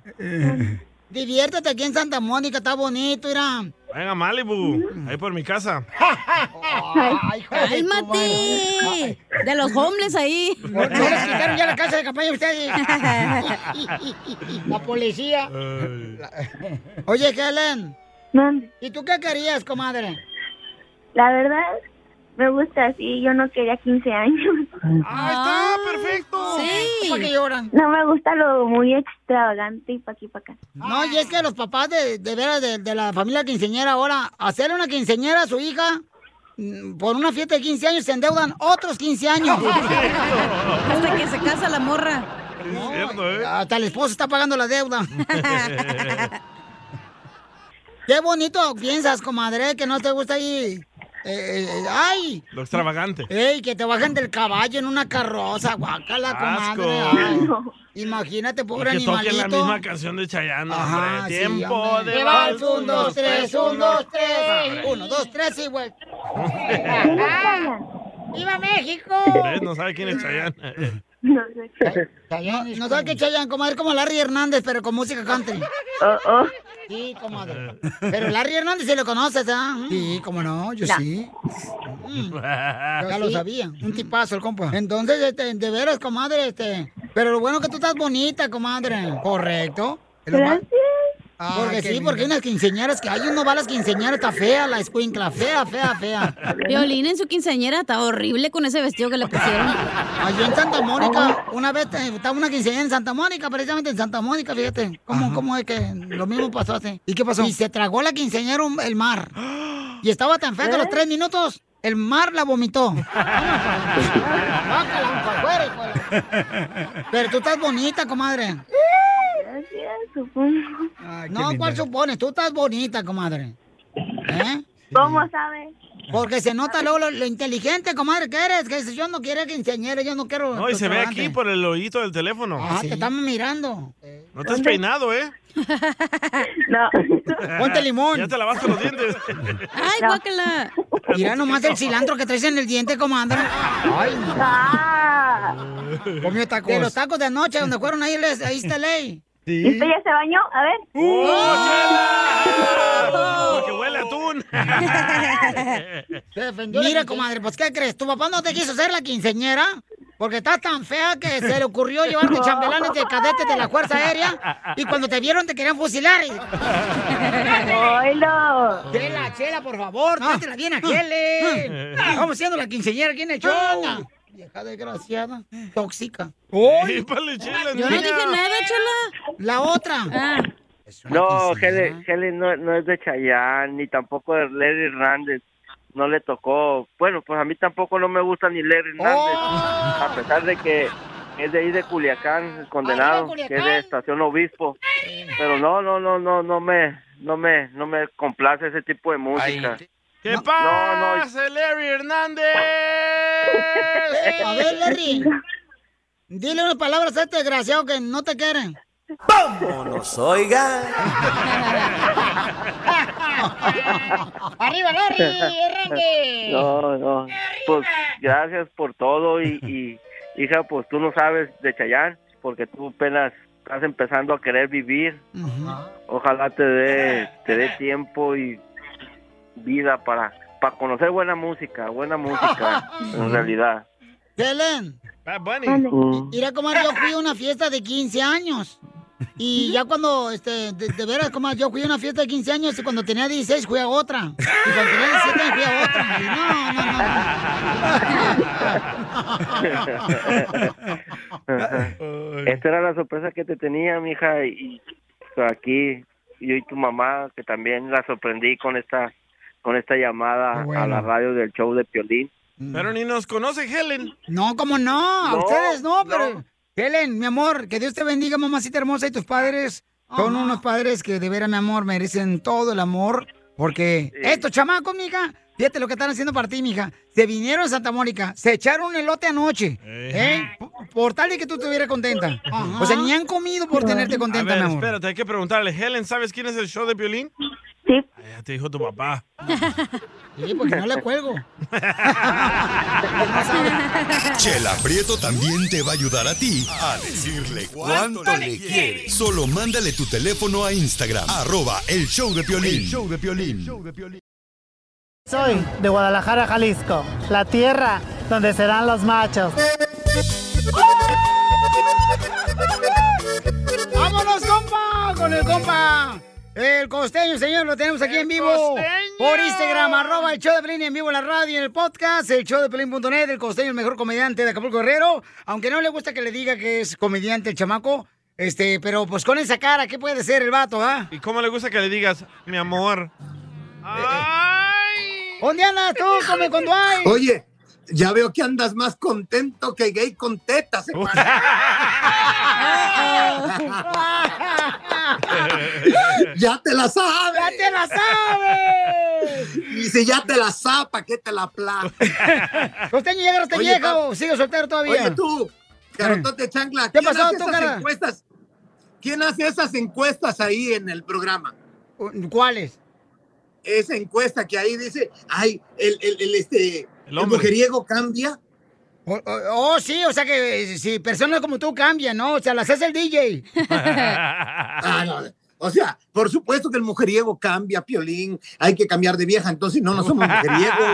S1: diviértete aquí en Santa Mónica, está bonito, mira.
S2: Venga, Malibu. Ahí por mi casa.
S3: ¡Cálmate! De los homeless ahí.
S1: No, no les quitaron ya la casa de campaña a ustedes. La policía. Oye, Helen. ¿Y tú qué querías, comadre?
S8: La verdad, (laughs) me gusta así, yo no quería 15 años.
S2: ¡Ah, está perfecto!
S8: Sí.
S1: ¿Para qué lloran?
S8: No me gusta lo muy extravagante y pa' aquí pa' acá.
S1: No, y es que los papás de, de veras de, de la familia quinceñera ahora, hacerle una quinceñera a su hija mm, por una fiesta de 15 años se endeudan otros 15
S3: (laughs)
S1: años.
S3: Hasta que se casa la morra.
S2: ¿eh?
S1: Hasta el esposo está pagando la
S2: (laughs)
S1: deuda. Qué bonito piensas, comadre, que no te gusta ahí. eh, eh, ay,
S2: Lo extravagante.
S1: ey, que te bajen del caballo en una carroza, guácala, comadre.
S2: Asco.
S1: ay. Imagínate,
S2: Y
S1: pobre
S2: que toquen la
S1: animalito.
S2: misma canción de Chayanne,
S1: Ajá,
S2: hombre.
S1: Ah, sí,
S2: Tiempo
S1: hombre.
S2: de
S1: Que
S2: vals.
S1: vals, un, dos, tres, un, dos, tres. Uno, dos, tres, y vuelta. ¡Viva México!
S2: ¿Ves? No sabe quién es Chayanne.
S1: No, no sabe que Chayanne, como es como Larry Hernández, pero con música country. Sí, comadre. Pero Larry Hernández se lo conoces, ¿ah?
S5: Sí, cómo no, yo
S1: Ya.
S5: sí. mm,
S1: Ya lo
S5: Sí.
S1: sabía. Un tipazo el compa. Entonces, este, de veras, comadre, este. Pero lo bueno es que tú estás bonita, comadre. Correcto.
S8: Gracias.
S1: porque
S8: qué
S1: sí,
S8: lindo.
S1: porque hay unas quinceañeras que hay uno va a las quinceañeras, está fea la escuincla, fea, fea, (laughs) fea.
S3: Violín en su quinceañera está horrible con ese vestido que le pusieron.
S1: Allí en Santa Mónica, una vez eh, estaba una quinceañera en Santa Mónica, precisamente en Santa Mónica, fíjate. ¿Cómo, cómo es que lo mismo pasó así? ¿Y qué pasó? Y se tragó la quinceañera un- el mar. Y estaba tan fea que a los tres minutos el mar la (laughs) vomitó. Guácala, pa' afuera, hijo de- Pero tú estás bonita, comadre.
S8: Gracias, supongo.
S1: No,
S8: linda.
S1: ¿cuál supones? Tú estás (laughs) bonita, comadre. ¿Eh?
S8: ¿Cómo sabes?
S1: Porque se nota luego lo, lo inteligente, comadre, que eres. Que dices, yo no quiero que enseñara, yo no quiero...
S2: No, y se ve aquí pues. por el ojito del teléfono.
S1: Ah, te estamos mirando.
S2: No te has peinado, ¿eh?
S8: No.
S1: (laughs) Ponte limón.
S2: (laughs) Ya te lavaste los
S1: (laughs)
S2: dientes.
S1: Ay, guácala. Mira nomás el cilantro que traes en el diente, comadre. Ay,
S8: Ah.
S1: no. Comió tacos. De los tacos de anoche, donde fueron ahí, les, ahí está ley.
S8: ¿Y usted ya se bañó? A ver. ¡Oh!
S2: ¡Que huele a atún!
S8: (laughs)
S1: Mira, comadre, pues ¿qué crees? ¿Tu papá no te quiso ser la quinceñera? Porque estás tan fea que se le ocurrió llevarte chambelanes de cadetes de la Fuerza Aérea y cuando te vieron te querían fusilar.
S8: ¡Oilo!
S1: Chela, chela, por favor, trátela bien a Chele. Vamos siendo la quinceñera aquí en el show. Vieja desgraciada, tóxica.
S2: Sí, pale, chela,
S1: Yo no
S2: niña.
S1: dije nada,
S9: (laughs)
S1: chela. La otra.
S7: No, Helen, Helen no, no es de Chayanne, ni tampoco de Larry Hernández. No le tocó. Bueno, pues a mí tampoco no me gusta ni Larry Hernández. A pesar de que es de ahí de Culiacán, el condenado,
S1: Arriba,
S7: que es de Estación Obispo. Pero no, no, no, no, no me, no me, no me complace ese tipo de música.
S2: ¡Que pase, Larry Hernández!
S1: A ver, Larry. Dile unas palabras a este desgraciado que no te quieren.
S17: Vámonos, oiga.
S1: ¡Arriba, Larry Hernández!
S7: No, no. Pues gracias por todo y, y, hija, pues tú no sabes de Chayán porque tú apenas estás empezando a querer vivir. Ojalá te dé te dé tiempo y vida para para conocer buena música, buena música en realidad.
S1: Helen.
S7: Mm.
S1: Mira, comadre, yo fui a una fiesta de 15 años. Y ya cuando, este, de, de veras, comadre, yo fui a una fiesta de 15 años y cuando tenía 16 fui a otra. Y cuando tenía 17 fui a otra. Y no, no,
S7: Esta era la sorpresa que te tenía, mija, y aquí yo y tu mamá que también la sorprendí con esta con esta llamada a la radio del show de Piolín.
S1: Mm.
S2: Pero ni nos conoce Helen.
S1: no, como no, a
S2: No,
S1: ustedes no, pero. Helen, mi amor, que Dios te bendiga, mamacita hermosa, y tus padres son unos padres que de veras, mi amor, merecen todo el amor. Porque estos chamacos, mija, fíjate lo que están haciendo para ti, mija. Se vinieron a Santa Mónica, se echaron un elote anoche, ¿eh? Por- Por tal de que tú estuvieras contenta. O sea, ni han comido por tenerte
S2: A
S1: contenta,
S2: ver,
S1: mi amor.
S2: espérate, hay que preguntarle. Helen, ¿sabes quién es el show de violín?
S8: Sí.
S2: Ya te dijo tu papá.
S1: Sí, porque no le cuelgo.
S6: Chela Prieto también te va a ayudar a ti a decirle cuánto le quiere. Solo mándale tu teléfono a Instagram, arroba el show de Piolín. show de
S11: Soy de Guadalajara, Jalisco, la tierra donde serán los machos.
S1: ¡Vámonos, compa! Con el compa. El costeño, señor, lo tenemos aquí en vivo. Por Instagram, arroba el show de Pelín en vivo en la radio y en el podcast, el show de Pelín.net, el costeño, el mejor comediante de Acapulco Guerrero. Aunque no le gusta que le diga que es comediante el chamaco, este, pero pues con esa cara, ¿qué puede ser el vato, ah?
S2: ¿Y cómo le gusta que le digas, mi amor?
S1: ¿Dónde andas
S2: (laughs)
S1: tú? Come cuando hay.
S5: Oye, ya veo que andas más contento que gay con tetas. ¿eh? (laughs) ya te la sabes.
S1: ¡Ya te la sabes!
S5: Y si ya te la sabes, ¿para qué te la
S1: (laughs)
S5: plata?
S1: Costeño, ¿ya agarraste
S5: Oye,
S1: vieja
S5: pa-
S1: o sigue soltero todavía?
S5: Oye, tú, Carotote Chancla,
S1: ¿Qué
S5: ¿quién
S1: pasó,
S5: hace
S1: tú,
S5: esas
S1: cara?
S5: encuestas? ¿Quién hace esas encuestas ahí en el programa?
S1: ¿Cuáles?
S5: Esa encuesta que ahí dice, ay, el, el, el, este, el,
S1: hombre.
S5: mujeriego cambia.
S1: Oh, oh, oh, sí, o sea que eh, si personas como tú cambian, ¿no? O sea, las hace el DJ.
S5: Ah, no, O sea, por supuesto que el mujeriego cambia, Piolín. Hay que cambiar de vieja, entonces no, no somos mujeriegos.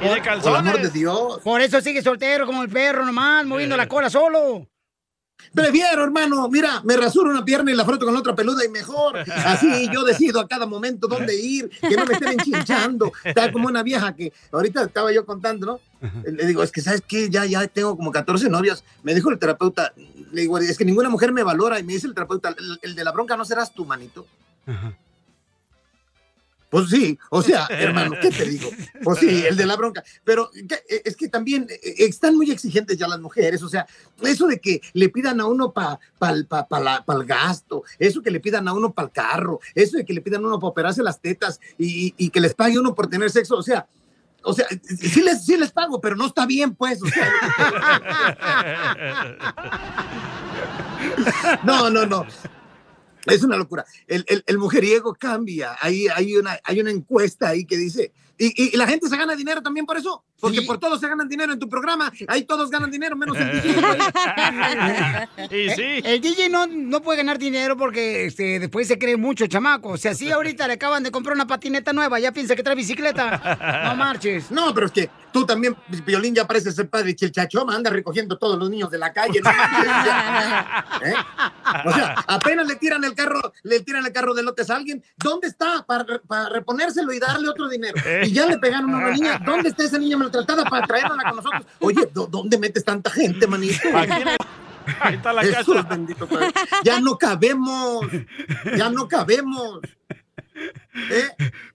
S2: y
S5: Por el
S2: de
S5: amor de
S2: calzones.
S5: Dios. Eh.
S1: Por eso sigue soltero como el perro nomás, moviendo la cola solo.
S5: Prefiero, hermano, mira, me rasuro una pierna y la froto con otra peluda y mejor. Así yo decido a cada momento dónde ir, que no me estén enchinchando. Está como una vieja que ahorita estaba yo contando, ¿no? Le digo, es que, ¿sabes qué? Ya, ya tengo como 14 novias. Me dijo el terapeuta, le digo, es que ninguna mujer me valora. Y me dice el terapeuta, el, el de la bronca no serás tu manito. Pues sí, o sea, hermano, ¿qué te digo? (laughs) Pues sí, el de la bronca. Pero ¿qué? es que también eh, están muy exigentes ya las mujeres, o sea, eso de que le pidan a uno para pa, pa- pa la- pa el gasto, eso que le pidan a uno para el carro, eso de que le pidan a uno para operarse las tetas y, y- y que les pague uno por tener sexo, o sea, o sea, sí les, sí les pago, pero no está bien, pues. o sea. (laughs) No, no, no. Es una locura. El, el- el mujeriego cambia. Hay, hay, una, hay una encuesta ahí que dice. Y, y- y la gente se gana dinero también por eso. Porque por todos se ganan dinero en tu programa. Ahí todos ganan dinero, menos el DJ.
S2: Y sí.
S1: Eh, El, el DJ no, no puede ganar dinero porque este, después se cree mucho, chamaco. O sea, sí, ahorita le acaban de comprar una patineta nueva, ya piensa que trae bicicleta. No marches.
S5: No, pero es que tú también, Violín, ya pareces el padre Chilchachoma, anda recogiendo todos los niños de la calle. ¿no? ¿Eh? O sea, apenas le tiran el carro, le tiran el carro de lotes a alguien, ¿dónde está? Para, re- para reponérselo y darle otro dinero.
S2: Eh.
S5: Y ya le pegaron a una niña, ¿dónde está esa niña maltratada para traerla con nosotros? Oye, ¿dó- ¿dónde metes tanta gente, manito?
S2: Ahí está la
S5: Jesús
S2: casa.
S5: bendito, Padre. Ya no cabemos, ya no cabemos.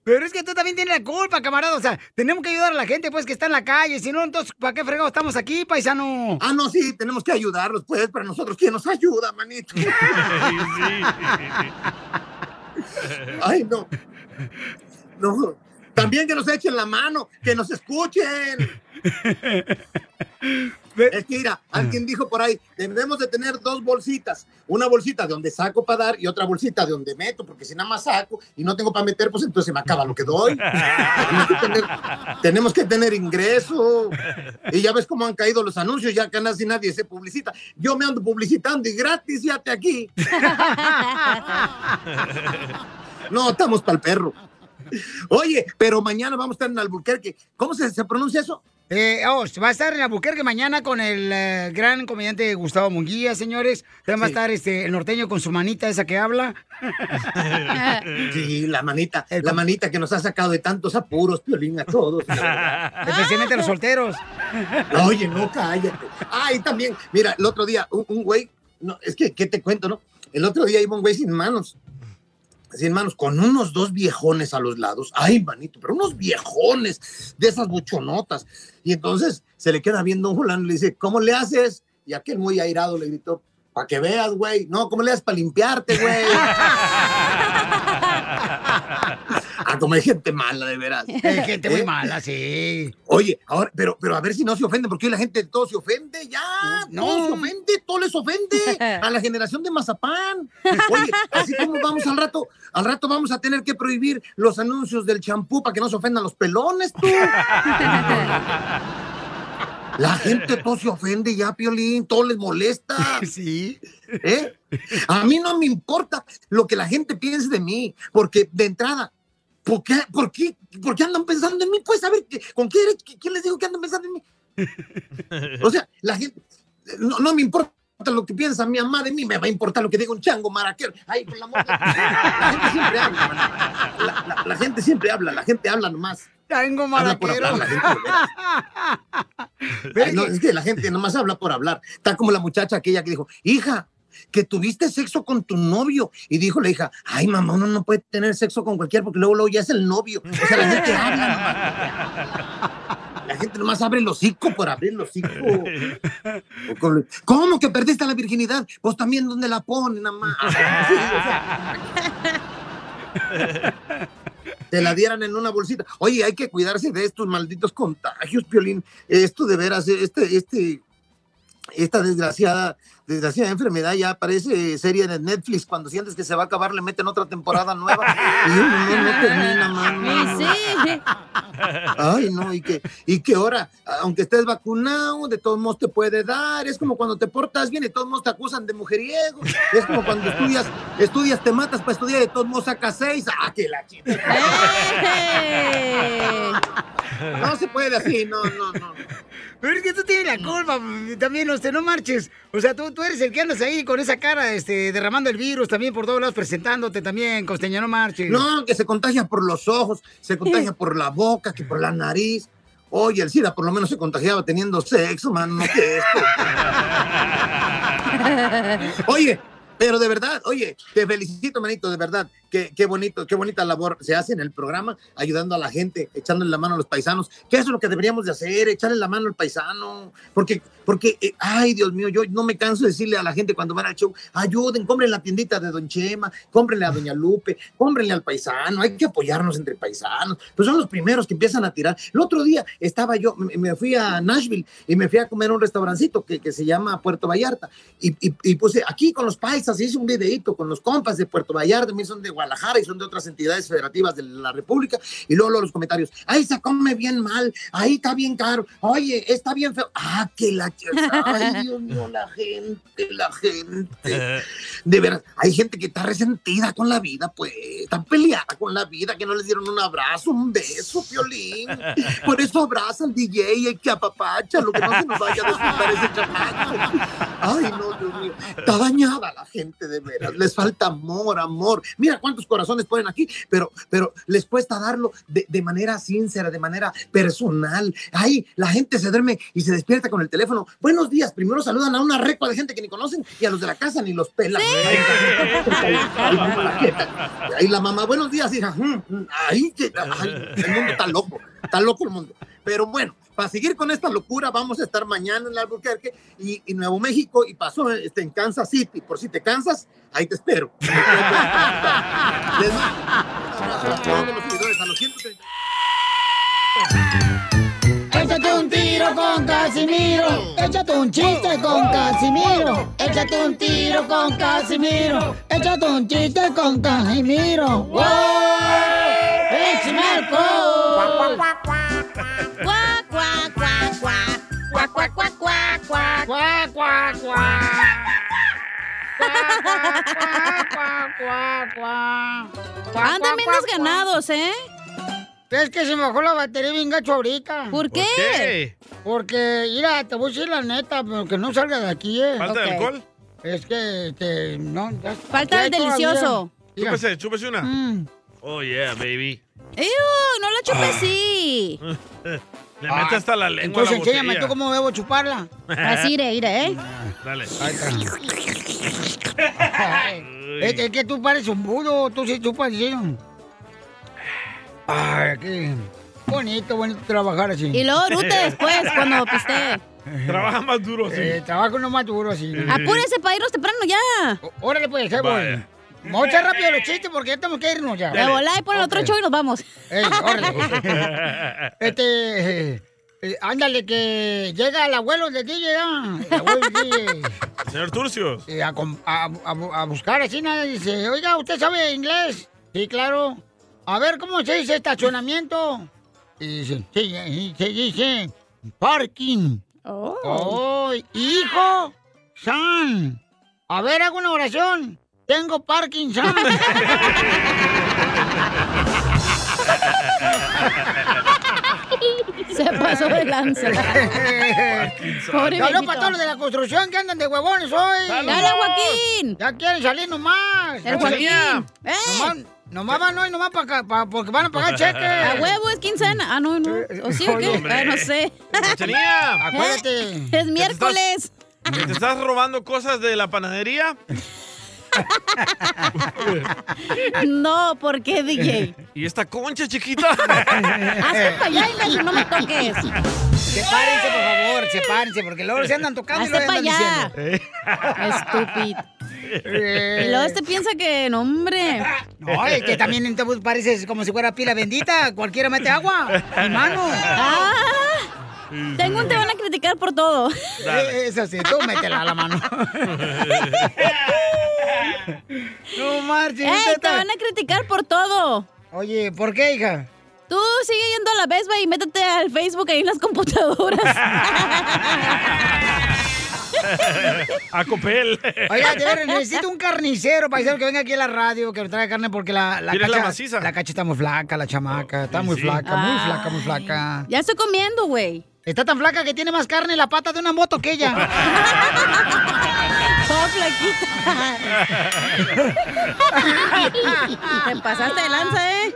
S1: Pero es que tú también tienes la culpa, camarada. O sea, tenemos que ayudar a la gente, pues, que está en la calle. Si no, entonces, ¿para qué fregado estamos aquí, paisano?
S5: Ah, no, sí, tenemos que ayudarlos, pues, para nosotros, ¿quién nos ayuda, manito? Ay, no. No. También que nos echen la mano, que nos escuchen. Es que mira, alguien dijo por ahí, debemos de tener dos bolsitas, una bolsita de donde saco para dar y otra bolsita de donde meto, porque si nada más saco y no tengo para meter, pues entonces se me acaba lo que doy. tenemos, que tener, tenemos que tener ingreso. Y ya ves cómo han caído los anuncios, ya casi nadie se publicita. Yo me ando publicitando y gratis, te aquí. No, estamos para el perro. Oye, pero mañana vamos a estar en Albuquerque. ¿Cómo se, se pronuncia eso?
S1: Eh, oh, va a estar en Albuquerque mañana con el eh, gran comediante Gustavo Munguía, señores. También va a estar este, el norteño con su manita esa que habla.
S5: (laughs) Sí, la manita, la manita que nos ha sacado de tantos apuros, Piolín, a todos. la verdad.
S1: (laughs) Especialmente a los solteros.
S5: Oye, no, cállate. Ay, también, mira, el otro día, un, un güey, no, es que, ¿qué te cuento, no? El otro día iba un güey sin manos, sin manos, con unos dos viejones a los lados. Ay, manito, pero unos viejones de esas buchonotas. Y entonces se le queda viendo un fulano y le dice, ¿cómo le haces? Y aquel muy airado le gritó, para que veas, güey. No, ¿cómo le haces para limpiarte, güey? Ah, como hay gente mala, de veras.
S1: (laughs) Hay gente muy mala,
S5: sí. Oye, ahora, pero, pero a ver si no se ofenden, porque hoy la gente de todo se ofende, ya.
S1: Pues,
S5: Todo se ofende, todo les
S1: (laughs)
S5: ofende. A la generación de Mazapán. Oye, así como vamos al rato, al rato vamos a tener que prohibir los anuncios del champú para que no se ofendan los pelones,
S1: (laughs)
S5: tú. La gente todo se ofende ya, Piolín, todo les molesta. Sí. A mí no me importa lo que la gente piense de mí, porque de entrada, ¿por qué, por qué, por qué andan pensando en mí? Pues a ver, ¿qué- ¿con qué eres? ¿Qui- ¿Quién les digo que andan pensando en mí? O sea, la gente, no, no me importa lo que piensa mi mamá de mí, me va a importar lo que diga un chango maraquero. Ay, por el amor de- La gente siempre habla, maná. la, la- la gente siempre habla, la gente habla nomás.
S1: Chango
S5: Habla por
S1: maraquero.
S5: hablar, la gente, de veras.
S1: (laughs)
S5: Ay, no, es que la gente nomás habla por hablar. Está como la muchacha aquella que dijo, hija, que tuviste sexo con tu novio. Y dijo la hija, ay, mamá, uno no puede tener sexo con cualquiera porque luego, luego ya es el novio. O sea, la gente habla nomás. La gente nomás abre el hocico por abrir el hocico. O con- ¿Cómo que perdiste la virginidad? Pues también, ¿dónde la ponen, mamá? Sí, o sea, te la dieran en una bolsita. Oye, hay que cuidarse de estos malditos contagios, Piolín. Esto de veras, este, este, esta desgraciada, desgraciada enfermedad ya parece serie de Netflix. Cuando sientes que se va a acabar, le meten otra temporada nueva. Y uno no, no termina, mano. Ay, no, y que, y que ahora, aunque estés vacunado, de todos modos te puede dar. Es como cuando te portas bien, de todos modos te acusan de mujeriego. Es como cuando estudias, estudias, te matas para estudiar, de todos modos sacas seis. ¡Ah, que la chica! No se puede así, no, no, no.
S1: Pero es que tú tienes la culpa, también, usted no marches. O sea, tú, tú eres el que andas ahí con esa cara, este, derramando el virus también por todos lados, presentándote también, Costeña, no marches.
S5: No, que se contagia por los ojos, se contagia por la boca, que por la nariz. Oye, el SIDA por lo menos se contagiaba teniendo sexo, mano, no que esto. Oye, pero de verdad, oye, te felicito, manito, de verdad. Qué, qué bonito, qué bonita labor se hace en el programa, ayudando a la gente, echándole la mano a los paisanos. Que eso es lo que deberíamos de hacer, echarle la mano al paisano. Porque, porque, eh, ay, Dios mío, yo no me canso de decirle a la gente cuando van al show, ayuden, compren la tiendita de Don Chema, cómprenle a Doña Lupe, cómprenle al paisano, hay que apoyarnos entre paisanos. Pues son los primeros que empiezan a tirar. El otro día estaba yo, me, me fui a Nashville y me fui a comer a un restaurancito que, que se llama Puerto Vallarta. Y, y, y puse aquí con los paisas así hice un videito con los compas de Puerto Vallarta, también son de Guadalajara y son de otras entidades federativas de la República, y luego, luego los comentarios, ahí se come bien mal, ahí está bien caro, Oh, oye, está bien feo, ah, que la... Ay, Dios mío, la gente, la gente. De veras, hay gente que está resentida con la vida, pues, está peleada con la vida, que no les dieron un abrazo, un beso, violín. Por eso abraza al DJ y hay que apapacha, lo que no se nos vaya a desmontar ese chamaco. Ay, no, Dios mío, está dañada la gente de veras. Les falta amor, amor. Mira cuántos corazones ponen aquí, pero, pero les cuesta darlo de, de manera sincera, de manera personal. Ahí la gente se duerme y se despierta con el teléfono. Buenos días. Primero saludan a una recua de gente que ni conocen y a los de la casa ni los pelan. Ahí la mamá, buenos días, hija. Ahí el mundo está loco. Está loco el mundo. Pero bueno, para seguir con esta locura, vamos a estar mañana en la Albuquerque y, y Nuevo México y pasó este, en Kansas City. Por si te cansas, ahí te espero. Les mando un abrazo a todos los seguidores, a los 130.
S9: Échate un tiro con Casimiro. Échate un chiste con Casimiro. Échate un tiro con Casimiro. Échate un chiste con Casimiro. ¡Wow!
S1: ¡Eh,
S9: ¡Échame alcohol!
S17: Cuac, cuac, cuac, cuac. Cuac, cuac, cuac, cuac, cuac.
S9: Cuac, cuac, cuac.
S3: Andan bien desganados, ¿eh?
S1: Es que se me bajó la batería bien gacho ahorita.
S3: ¿Por qué? ¿Por qué?
S1: Porque, mira, te voy a decir la neta, pero que no salga de aquí, ¿eh?
S2: ¿Falta de
S1: Ok.
S2: alcohol?
S1: Es que, este, no. ya-
S3: Falta
S1: ya
S3: el
S1: hay todavía.
S3: delicioso.
S1: Mira.
S2: Chúpese, chúpese una. Oh, yeah, baby. (laughs)
S3: ¡Ew! No la chupes
S1: Ah.
S3: así.
S2: Le mete hasta la lengua
S1: Entonces
S2: a la
S1: enséñame tú
S2: botella.
S1: cómo debo chuparla.
S3: Así, iré, iré, ¿eh?
S2: Dale.
S1: Es, es que tú pares un budo, tú sí chupas, sí. Ay, qué bonito, bonito trabajar así.
S3: Y luego rute después, cuando piste.
S2: (laughs) Trabaja más duro así.
S1: Eh, trabajo uno más duro así.
S3: Apúrese para irnos temprano ya.
S1: Órale, pues, ahí voy.
S3: Vaya.
S1: Mucha rápido los chistes porque ya tenemos que irnos ya.
S3: La volá y por el otro
S1: Ok.
S3: show y nos vamos.
S1: Ey, órale.
S3: (laughs)
S1: Este, eh, eh, ándale, que llega el abuelo de DJ, ¿ah? El abuelo de DJ.
S2: Señor Turcios.
S1: (laughs) eh, a, com- a- a- a buscar así, nada, dice, oiga, ¿usted sabe inglés? Sí, claro. A ver, ¿cómo se dice estacionamiento? Y dice, sí, y se dice parking.
S3: Oh.
S1: hijo, San. A ver, hago una oración. Tengo parking, San.
S3: (laughs) (laughs) Se pasó de
S1: (laughs)
S3: lanza. Pobre
S1: Saludos
S3: viejito.
S1: para todos los de la construcción que andan de huevones hoy.
S3: ¡Saludos! ¡Dale, Joaquín!
S1: Ya quieren salir nomás.
S3: El Joaquín. ¡Eh!
S1: Nomás, nomás van hoy, nomás para porque van a pagar cheques.
S3: A huevo es quincena. Ah, no, no. ¿O sí o
S1: no,
S3: qué?
S1: hombre.
S3: Ah, no sé.
S2: Cachanilla.
S1: Acuérdate.
S3: Es miércoles.
S2: ¿Que ¿Te estás robando cosas de la panadería?
S3: (laughs) No, ¿por qué, DJ?
S2: (laughs) ¿Y esta
S1: (laughs)
S2: concha chiquita?
S3: Hazte para allá y me- no me toques.
S1: Eh. Sepárense, por favor, sepárense, porque luego se andan tocando y luego
S3: Hazte para
S1: andan
S3: allá.
S1: diciendo.
S3: Estúpido.
S1: Eh.
S3: Y luego este piensa que, no, hombre.
S1: No, es que también entonces pareces como si fuera pila bendita. Cualquiera mete agua. Mi mano.
S3: Ah. Tengo un te van a criticar por todo.
S1: Eh, Es así, tú métela a la mano. no marches.
S3: Ey, te van a criticar por todo.
S1: Oye, ¿por qué, hija?
S3: Tú sigue yendo a la Best Buy y métete al Facebook ahí en las
S1: (laughs)
S3: computadoras.
S2: (laughs) A Copel.
S1: Oiga, de
S2: (laughs)
S1: ver, necesito un carnicero, paisano, que venga aquí a la radio, que me traiga carne, porque la, la
S2: ¿Quieres la
S1: maciza? La cacha está muy flaca, la chamaca. está muy
S2: sí.
S1: flaca, muy flaca, muy flaca.
S3: ya estoy comiendo, güey.
S1: Está tan flaca que tiene más carne en la pata de una moto que ella.
S3: Todo (laughs) flaquita. (laughs) Te pasaste de lanza, ¿eh?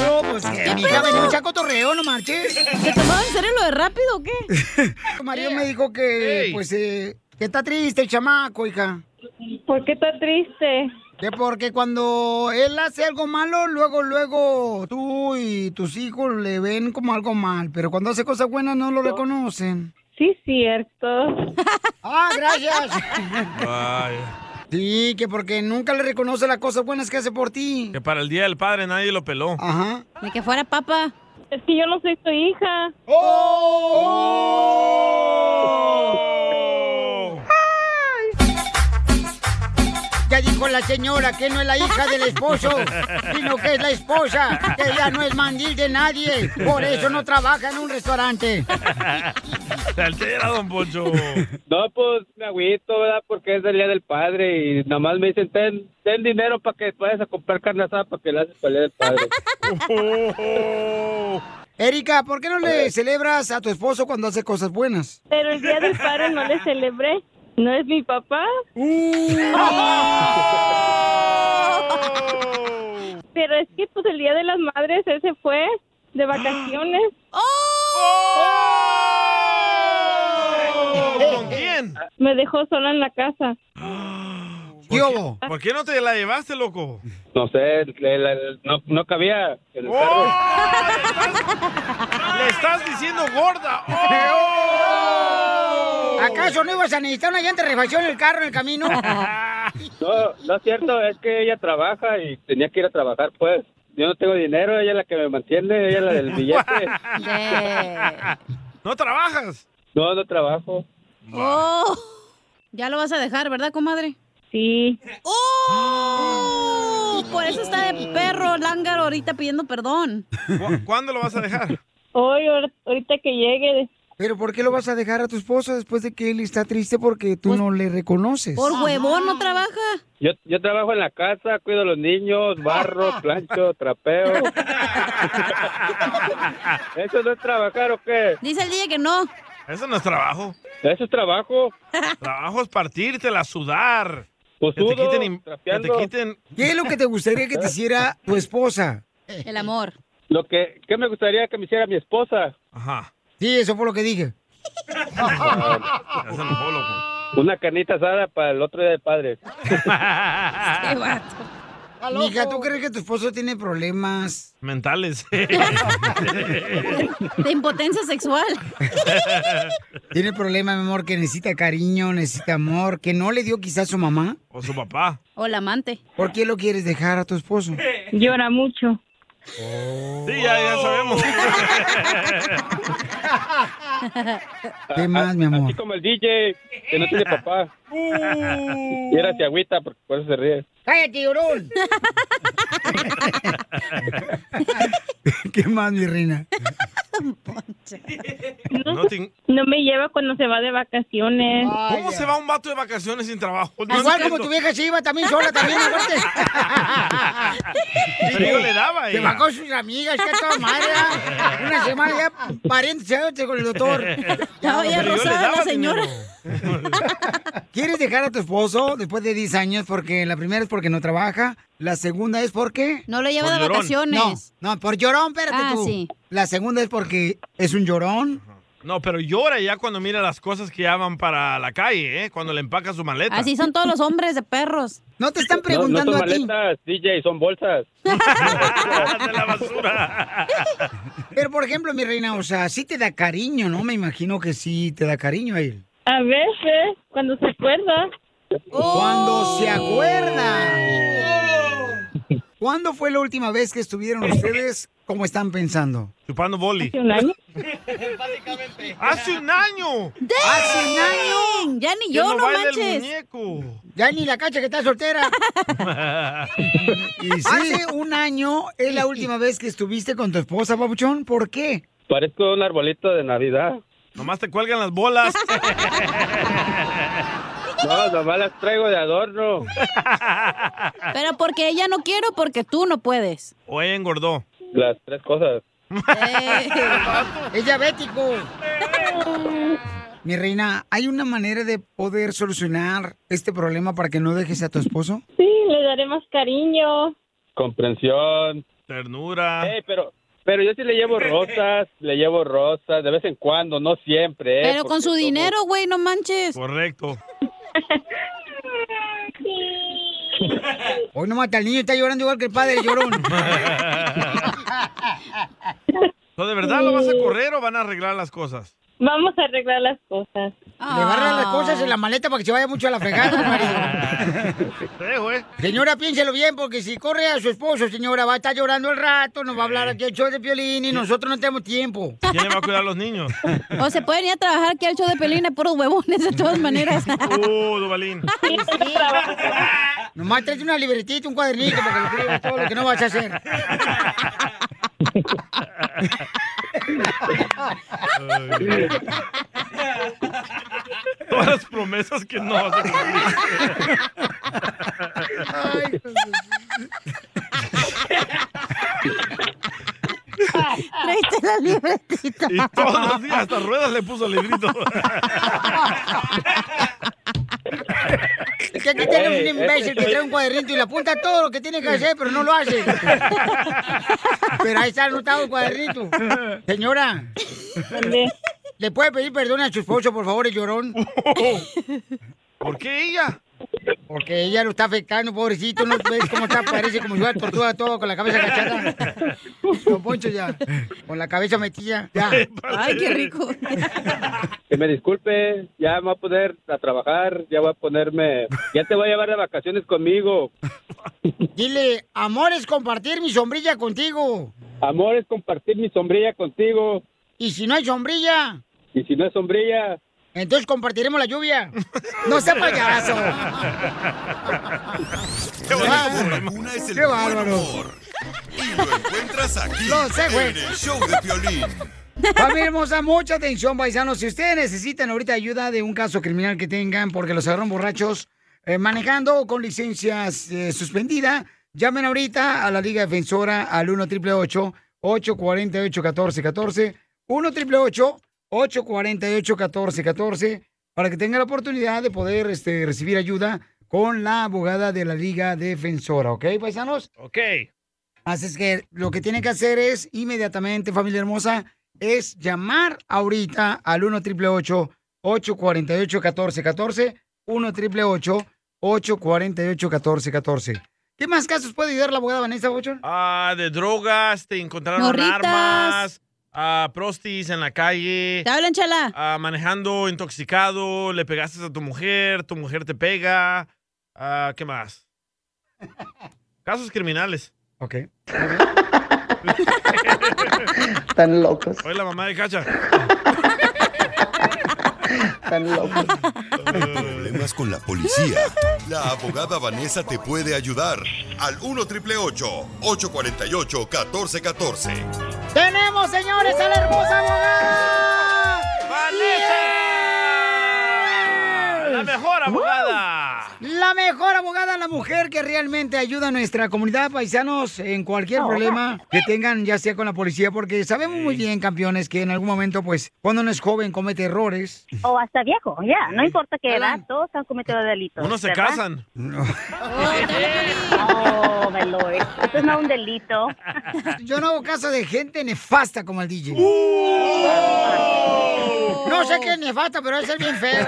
S1: No, pues que mi hija venía mucha cotorreo, no marches.
S3: ¿Te tomaba en serio lo de rápido o qué?
S1: Tu marido me dijo que,
S3: Ey.
S1: pues, eh, que está triste el chamaco, hija. ¿Por qué está triste? Que porque cuando él hace algo malo, luego, luego tú y tus hijos le ven como algo mal, pero cuando hace cosas buenas no lo reconocen. Sí, cierto. Ah, gracias.
S2: Vaya.
S1: Sí, que porque nunca le reconoce las cosas buenas que hace por ti.
S2: Que para el Día del Padre nadie lo peló.
S1: Ajá.
S3: Ni que fuera papa.
S11: Es que yo no soy tu hija.
S1: ¡Oh! Ya dijo la señora que no es la hija del esposo, sino que es la esposa, que ya no es mandil de nadie, por eso no trabaja en un restaurante.
S2: Se altera, don Poncho.
S21: (laughs) No, pues me agüito, ¿verdad? Porque es el día del padre y nomás me dicen, ten, ten dinero para que vayas a comprar carne asada para que le haces para el día del
S1: (laughs)
S21: padre.
S1: Erika, ¿por qué no le celebras a tu esposo cuando hace cosas buenas?
S11: Pero el día del padre no le celebré. ¿No es mi papá?
S1: Uh.
S11: Pero es que pues el día de las madres él se fue de vacaciones.
S2: (laughs) ¿Con quién?
S11: Me dejó sola en la casa.
S2: ¿Por
S1: Ah.
S2: qué- ¿Por qué no te la llevaste, loco?
S21: No sé, le- le- no, no cabía. en el
S2: ¡Oh!
S21: carro.
S2: Le estás diciendo
S1: (laughs)
S2: gorda. ¡Oh!
S1: ¿Acaso no ibas a necesitar una llanta de refacción en el carro en el
S2: (laughs)
S1: camino?
S21: No, no es cierto, es que ella trabaja y tenía que ir a trabajar, pues. Yo no tengo dinero, ella es la que me mantiene, ella es la del billete.
S2: (laughs) ¿No trabajas?
S21: No, no trabajo.
S3: Oh, ya lo vas a dejar, ¿verdad, comadre?
S21: Sí.
S3: ¡Oh! Por eso está de perro lángaro ahorita pidiendo perdón.
S1: (laughs)
S2: ¿Cu- ¿Cuándo lo vas a dejar?
S1: Hoy, ahorita que llegue. ¿Pero por qué lo vas a dejar a tu esposo después de que él está triste porque
S2: Pues
S1: tú no le reconoces? Ah,
S3: Por huevón no trabaja.
S21: Yo, yo trabajo en la casa, cuido a los niños,
S2: (laughs)
S21: barro, plancho, trapeo. ¿Eso no es trabajar o qué?
S3: Dice el DJ que no.
S2: Eso no es trabajo.
S21: Eso es trabajo.
S2: Trabajo es partírtela, sudar. que
S21: sudo,
S2: te quiten... im- Que te
S21: trapeando.
S2: quiten...
S1: ¿Qué es lo que te gustaría que te hiciera tu esposa?
S3: El amor.
S21: Lo que, ¿Qué me gustaría que me hiciera mi esposa?
S2: Ajá.
S1: Sí, eso fue lo que dije.
S21: Una carnita asada para el otro día de padre.
S1: Mija, ¿tú crees que tu esposo tiene problemas? (laughs)
S2: Mentales. (laughs)
S3: De impotencia sexual.
S1: Tiene problemas, mi amor, que necesita cariño, necesita amor, que no le dio quizás su mamá.
S2: O su papá.
S3: O la amante.
S1: ¿Por qué lo quieres dejar a tu esposo?
S2: (laughs)
S11: Llora mucho.
S2: Sí, ya, ya
S3: (laughs)
S2: sabemos.
S1: (laughs) ¿Qué más, mi amor?
S21: Como el DJ, que no tiene
S1: (laughs)
S21: papá. Y era se agüita, porque por eso se ríe.
S1: ¡Cállate, llorón! (laughs) ¿Qué más, mi reina?
S11: No,
S2: No te-
S11: no me lleva cuando se va de vacaciones.
S2: ¿Cómo se va un vato de vacaciones sin trabajo? No
S1: Igual
S2: entiendo.
S1: como tu vieja se iba también sola,
S11: (laughs)
S1: también, aparte.
S2: Pero yo le daba,
S1: Se
S2: ella.
S1: va con sus amigas, que a toda madre. ¿verdad? Una semana ya pariente con el
S3: (laughs)
S1: doctor.
S3: Ya
S2: oía Pero yo rosada le daba la señora.
S1: (laughs) ¿Quieres dejar a tu esposo después de 10 años? Porque la primera es porque no trabaja, la segunda es porque...
S3: No lo lleva Por de llorón. vacaciones.
S1: No, no, por llorón, espérate
S3: Ah,
S1: tú.
S3: sí.
S1: La segunda es porque es un llorón.
S2: No, pero llora ya cuando mira las cosas que ya van para la calle, ¿eh? Cuando le empaca su maleta.
S3: Así son todos los hombres de perros.
S1: No te están
S21: no, no son maletas, DJ, son bolsas.
S1: (laughs)
S21: (laughs)
S1: Pero, por ejemplo, mi reina, o sea, sí te da cariño, ¿no? Me imagino que sí te da cariño a él.
S11: A veces, cuando se acuerda.
S3: Oh.
S1: Cuando se acuerda. ¿Cuándo fue la última vez que estuvieron
S2: (laughs)
S1: ustedes como están pensando?
S2: Chupando boli.
S1: ¿Hace un año?
S2: ¡Hace un año!
S1: ¡Hace un año!
S3: Ya ni yo, no
S2: baila el
S3: manches.
S2: muñeco.
S1: Ya ni la cacha que está
S2: (laughs)
S1: soltera. Hace un año es
S2: (laughs)
S1: la última vez que estuviste con tu esposa, papuchón. ¿Por qué?
S21: Parezco un arbolito de Navidad.
S2: Nomás te cuelgan las bolas.
S21: (laughs) No, nomás las traigo de adorno.
S3: Pero porque ella no quiere o porque tú no puedes.
S2: O ella engordó.
S21: Las tres cosas.
S1: es diabético. Mi reina, ¿hay una manera de poder solucionar este problema para que no dejes a tu esposo?
S22: Sí, le daré más cariño.
S21: Comprensión.
S2: Ternura.
S21: Eh, pero, pero yo sí le llevo rosas, le llevo rosas de vez en cuando, no siempre. eh,
S3: Pero
S21: porque
S3: con su
S21: somos-
S3: dinero, güey, no manches.
S2: Correcto.
S1: Hoy no mata al niño, está llorando igual que el padre llorón.
S2: (laughs) ¿No (laughs) de verdad lo
S3: Uh.
S2: vas a correr o van a arreglar las
S3: (laughs)
S2: cosas?
S22: Vamos a arreglar las cosas. Ah.
S1: Le va a arreglar las cosas en la maleta para que se vaya mucho a la
S22: (laughs)
S1: fregada, marido. Señora, piénselo bien, porque si corre a su esposo, señora, va a estar llorando el rato, nos va a hablar aquí el show de violín y nosotros no tenemos tiempo.
S2: ¿Quién le va a cuidar a los niños?
S3: O se pueden ir a trabajar aquí al show de Pelín a puros huevones de todas maneras.
S22: (laughs)
S2: Uh, Dubalín.
S1: (laughs) Nomás traes una libretita, un cuadernito para que lo escribas todo lo que no vas a hacer.
S3: (laughs)
S2: (laughs) Todas las promesas que no vas a cumplir.
S3: (laughs) Traiste la libretita.
S2: (laughs) Y todos los días hasta ruedas le puso el
S3: (laughs)
S2: librito.
S1: Es que aquí tenemos un imbécil que trae un cuadernito y le apunta todo lo que tiene que hacer, pero no lo hace. Pero ahí está anotado el cuadernito. Señora, ¿le puede pedir perdón a su esposo, por favor, el llorón?
S2: ¿Por qué ella?
S1: Porque ella lo está afectando, pobrecito. ¿No ves cómo está? Parece como si fuera tortuga todo con la cabeza cachada. Don Poncho ya, con la cabeza metida. Ya.
S3: Ay, qué rico.
S21: Que me disculpe, ya me voy a poner a trabajar, ya voy a ponerme, ya te voy a llevar de vacaciones conmigo.
S1: Dile, amor es compartir mi sombrilla contigo.
S21: Amor es compartir mi sombrilla contigo.
S1: Y si no hay sombrilla,
S21: Y si no es sombrilla,
S1: entonces compartiremos la lluvia. No sea payaso.
S6: Qué bonito. Una es el
S1: Qué
S6: buen
S1: bárbaro.
S6: humor. Y lo encuentras aquí
S1: Lo sé, güey.
S6: en el show de Piolín.
S1: Familia hermosa, mucha atención, paisanos. Si ustedes necesitan ahorita ayuda de un caso criminal que tengan porque los agarraron borrachos eh, manejando o con licencias eh, suspendida, llamen ahorita a la Liga Defensora al 1 888 848 1414 1 888 848 1414 para que tengan la oportunidad de poder este, recibir ayuda con la abogada de la Liga Defensora, ¿ok, paisanos?
S2: Ok.
S1: Así es que lo que tiene que hacer es inmediatamente, familia hermosa, es llamar ahorita al 1 888 848 1414 1 888 848 1414 ¿Qué más casos puede ayudar la abogada Vanessa Bochón?
S2: Ah, de drogas, te encontraron
S1: Morritas.
S2: armas, ah, prostis en la calle.
S3: Te hablan, chala.
S2: Ah, manejando intoxicado, le pegaste a tu mujer, tu mujer te pega. Ah, ¿Qué más?
S3: (laughs)
S2: Casos criminales.
S1: Ok.
S17: Están locos,
S2: Soy la mamá de Cacha.
S17: están locos.
S6: Problemas con la policía. La abogada Vanessa te puede ayudar al 1 triple 848 1414.
S1: ¡Tenemos, señores, a la hermosa abogada!
S2: ¡Vanessa! ¡La mejor abogada!
S1: La mejor abogada, la mujer que realmente ayuda a nuestra comunidad, paisanos, en cualquier problema que tengan, ya sea con la policía, porque sabemos muy bien, campeones, que en algún momento, pues, cuando uno es joven, comete errores.
S22: O hasta viejo, ya. No importa qué edad, todos han cometido delitos.
S1: Unos se
S22: ¿verdad?
S1: casan.
S8: (laughs)
S22: Oh, my lord. Esto no es un delito.
S1: Yo no hago caso de gente nefasta como el DJ. No sé qué es nefasta, pero es el bien feo.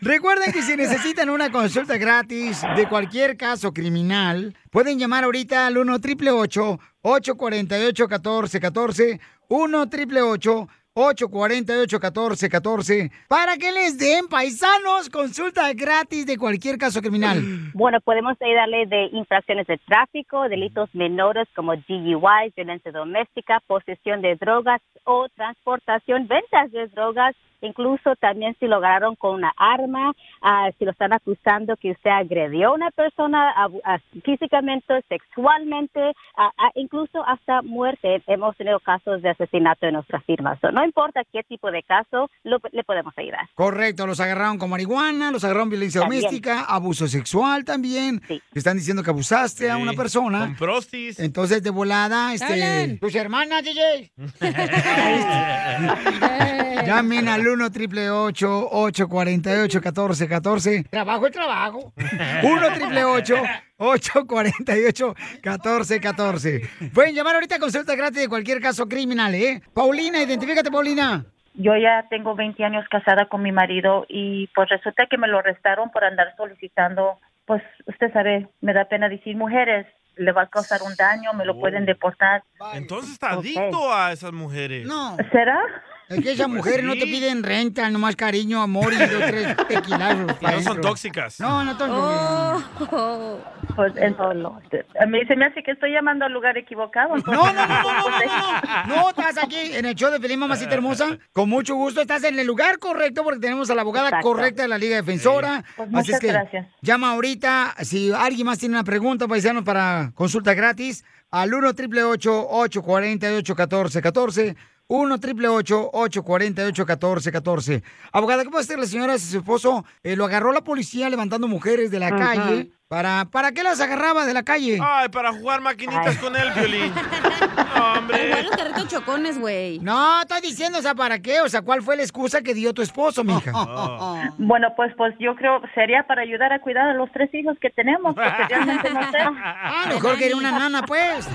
S1: Recuerden que si necesitan una consulta gratis de cualquier caso criminal, pueden llamar ahorita al 1 888 848 1414 1 888 848-1414 para que les den paisanos consulta gratis de cualquier caso criminal.
S8: (laughs) Bueno, podemos ayudarle de infracciones de tráfico, delitos menores como DUI, violencia doméstica, posesión de drogas o transportación, ventas de drogas, incluso también si lograron con una arma, ah, si lo están acusando que usted agredió a una persona ah, ah, físicamente, sexualmente, ah, ah, incluso hasta muerte. Hemos tenido casos de asesinato en nuestras firmas. So, no importa qué tipo de caso, lo- le podemos ayudar.
S1: Correcto, los agarraron con marihuana, los agarraron violencia
S8: También.
S1: doméstica, abuso sexual también. Te Están diciendo que abusaste a una
S2: Sí,
S1: persona.
S2: con prostis.
S1: Entonces, de volada, este.
S2: Hablen.
S1: Tus hermanas, DJ. (laughs) Llamen al 1 triple 848 1414 Trabajo es trabajo. 1 triple 848 1414 Pueden llamar ahorita a consulta gratis de cualquier caso criminal, ¿eh? Paulina, identifícate, Paulina.
S22: Yo ya tengo 20 años casada con mi marido y pues resulta que me lo arrestaron por andar solicitando, pues usted sabe, me da pena decir mujeres, le va a causar un daño, me lo pueden deportar.
S2: (laughs) Entonces está
S22: Ok.
S2: adicto a esas mujeres.
S1: No.
S22: ¿Será?
S1: Es que esas
S2: Pues
S1: mujeres no te
S2: sí.
S1: piden renta, nomás cariño, amor y dos, tres tequilazos.
S2: Y no son tóxicas.
S1: No, no son
S22: Pues eso no. A mí se me hace que estoy llamando al lugar equivocado.
S1: No, no, no, no, no, no, estás aquí en el show de Feliz Mamacita Hermosa. Con mucho gusto, estás en el lugar correcto porque tenemos a la abogada
S22: Exacto.
S1: correcta de la Liga Defensora.
S22: Pues
S1: Así
S22: muchas
S1: es que
S22: gracias.
S1: llama ahorita. Si alguien más tiene una pregunta, paisano, para consulta gratis, al 1 888 848 1414 1 888 848 1414 Abogada, ¿qué puede hacer la señora si su esposo eh, lo agarró la policía levantando mujeres de la
S2: Ujú.
S1: calle? ¿Para, ¿Para qué las agarraba de la calle?
S2: Ay, para jugar maquinitas con el violín.
S1: Igual los carritos chocones, güey. No, estoy diciendo, o sea, ¿para qué? O sea, ¿cuál fue la excusa que dio tu esposo, mija?
S22: (laughs) Bueno, pues pues yo creo sería para ayudar a cuidar
S1: (laughs)
S22: a los tres hijos que tenemos, porque realmente no sé.
S1: Ah, mejor que era una nana, pues.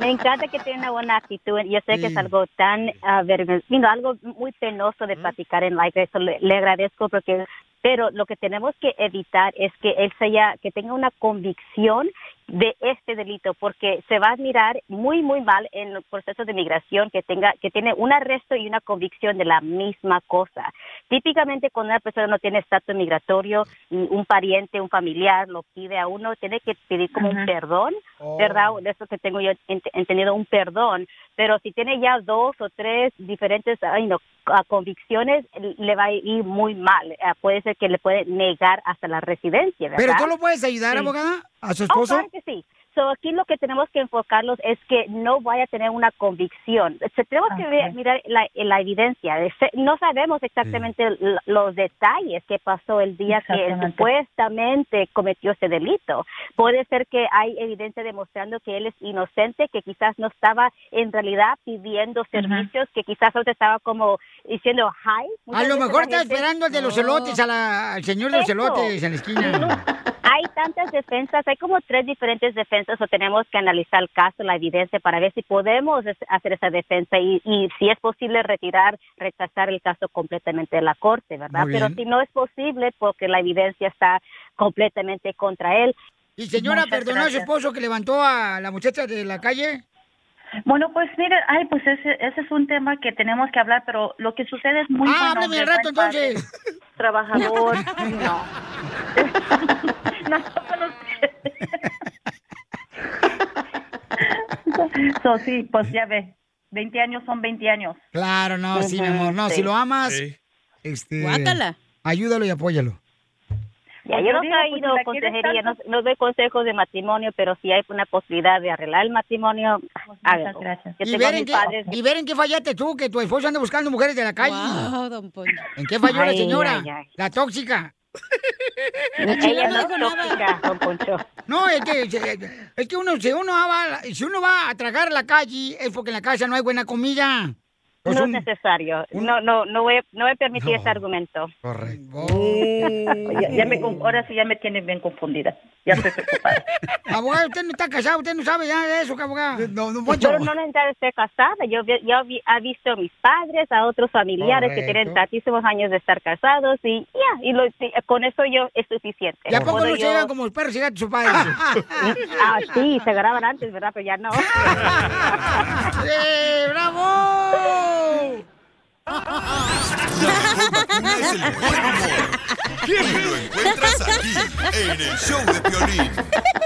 S22: Me encanta que tiene una buena actitud. Yo sé que es algo tan ah, vergon- bueno, algo muy penoso de platicar en live. Eso le, le agradezco porque, pero lo que tenemos que evitar es que él sea, que tenga una convicción de este delito, porque se va a mirar muy, muy mal en los procesos de migración que tenga, que tiene un arresto y una convicción de la misma cosa. Típicamente cuando una persona no tiene estatus migratorio, y un pariente, un familiar lo pide a uno, tiene que pedir como un
S8: Ajá.
S22: perdón,
S8: Oh.
S22: ¿verdad? de eso que tengo yo ent- entendido un perdón, pero si tiene ya dos o tres diferentes ay, no, a- convicciones, le va a ir muy mal. Eh, Puede ser que le puede negar hasta la residencia, ¿verdad?
S1: ¿Pero tú lo puedes ayudar,
S22: Sí.
S1: abogada, a su
S22: Oh,
S1: esposo?
S22: claro que sí. So, aquí lo que tenemos que enfocarlos es que no vaya a tener una convicción. Se tenemos que ver- mirar la, la evidencia. Se- No sabemos exactamente l- los detalles que pasó el día que él
S8: Exactamente.
S22: supuestamente cometió ese delito. Puede ser que hay evidencia demostrando que él es inocente, que quizás no estaba en realidad pidiendo servicios, que quizás solo estaba como diciendo hi.
S1: A
S22: Muchas
S1: lo
S22: veces
S1: mejor
S22: la
S1: está
S22: gente-
S1: esperando al de los
S22: Oh.
S1: elotes, a la- al señor de los
S22: Eso.
S1: elotes en la esquina.
S22: Hay tantas defensas, hay como tres diferentes defensas, o tenemos que analizar el caso, la evidencia, para ver si podemos es- hacer esa defensa y, y si es posible retirar, rechazar el caso completamente de la corte, ¿verdad?
S1: Muy
S22: Pero
S1: bien.
S22: si no es posible, porque la evidencia está completamente contra él.
S1: Y Señora, ¿perdonó a su esposo que levantó a la muchacha de la calle?
S22: Bueno, pues mire, ay, pues ese, ese es un tema que tenemos que hablar, pero lo que sucede es muy
S1: Ah,
S22: bueno,
S1: hábleme
S22: de
S1: al rato,
S22: buen padre,
S1: (laughs)
S22: Trabajador, no. (laughs) (laughs) So, sí, pues ya ve, 20 años son 20 años.
S1: Claro, no, sí, mi
S22: Ujú,
S1: amor, no,
S22: sí.
S1: si lo amas,
S22: Sí.
S1: este,
S22: Guácala.
S1: ayúdalo y apóyalo.
S22: Ya, yo
S8: Yo
S22: no he
S8: digo, pues,
S22: caído
S8: si la
S22: consejería,
S8: quieres
S22: no, no doy consejos de matrimonio, pero si hay una posibilidad de arreglar el matrimonio,
S8: Pues,
S22: hágalo. Yo
S1: Y
S22: tengo a
S1: ver, en
S22: mis
S1: qué,
S22: padres-
S1: y ver en qué fallaste tú, que tu esposo anda buscando mujeres de la calle. ¿En qué falló la
S22: Ay,
S1: señora?
S22: ay, ay.
S1: La tóxica.
S22: Ella no es tóxica, don Poncho.
S1: No, es que, es que uno, si, uno va, a la- si uno va a tragar a la calle, es porque en la casa no hay buena comida.
S22: No
S1: Pues
S22: es
S1: un-
S22: necesario. No, no, no voy, a- no voy a permitir ese este argumento.
S1: Correcto. Oh.
S22: Ya- ya me con- ahora sí ya me tienen bien confundida. Ya estoy preocupada.
S1: Abogado, usted no está casado, usted no sabe ya de eso, abogado. No, no, Poncho.
S22: Pero no necesariamente estoy casada. Yo, vi- yo vi- he visto a mis padres, a otros familiares que
S1: Correcto.
S22: tienen tantísimos años de estar casados y ya, y lo- y con eso yo es suficiente.
S1: ¿Y a poco
S22: Puedo
S1: no se
S22: yo-
S1: llevan como los perros y gatos su padre?
S22: (laughs) Ah, sí,
S1: (laughs)
S22: se graban antes, ¿verdad? Pero ya no.
S1: ¡Eh, bravo!
S9: (laughs) Y lo encuentras aquí, en el show de Piolín.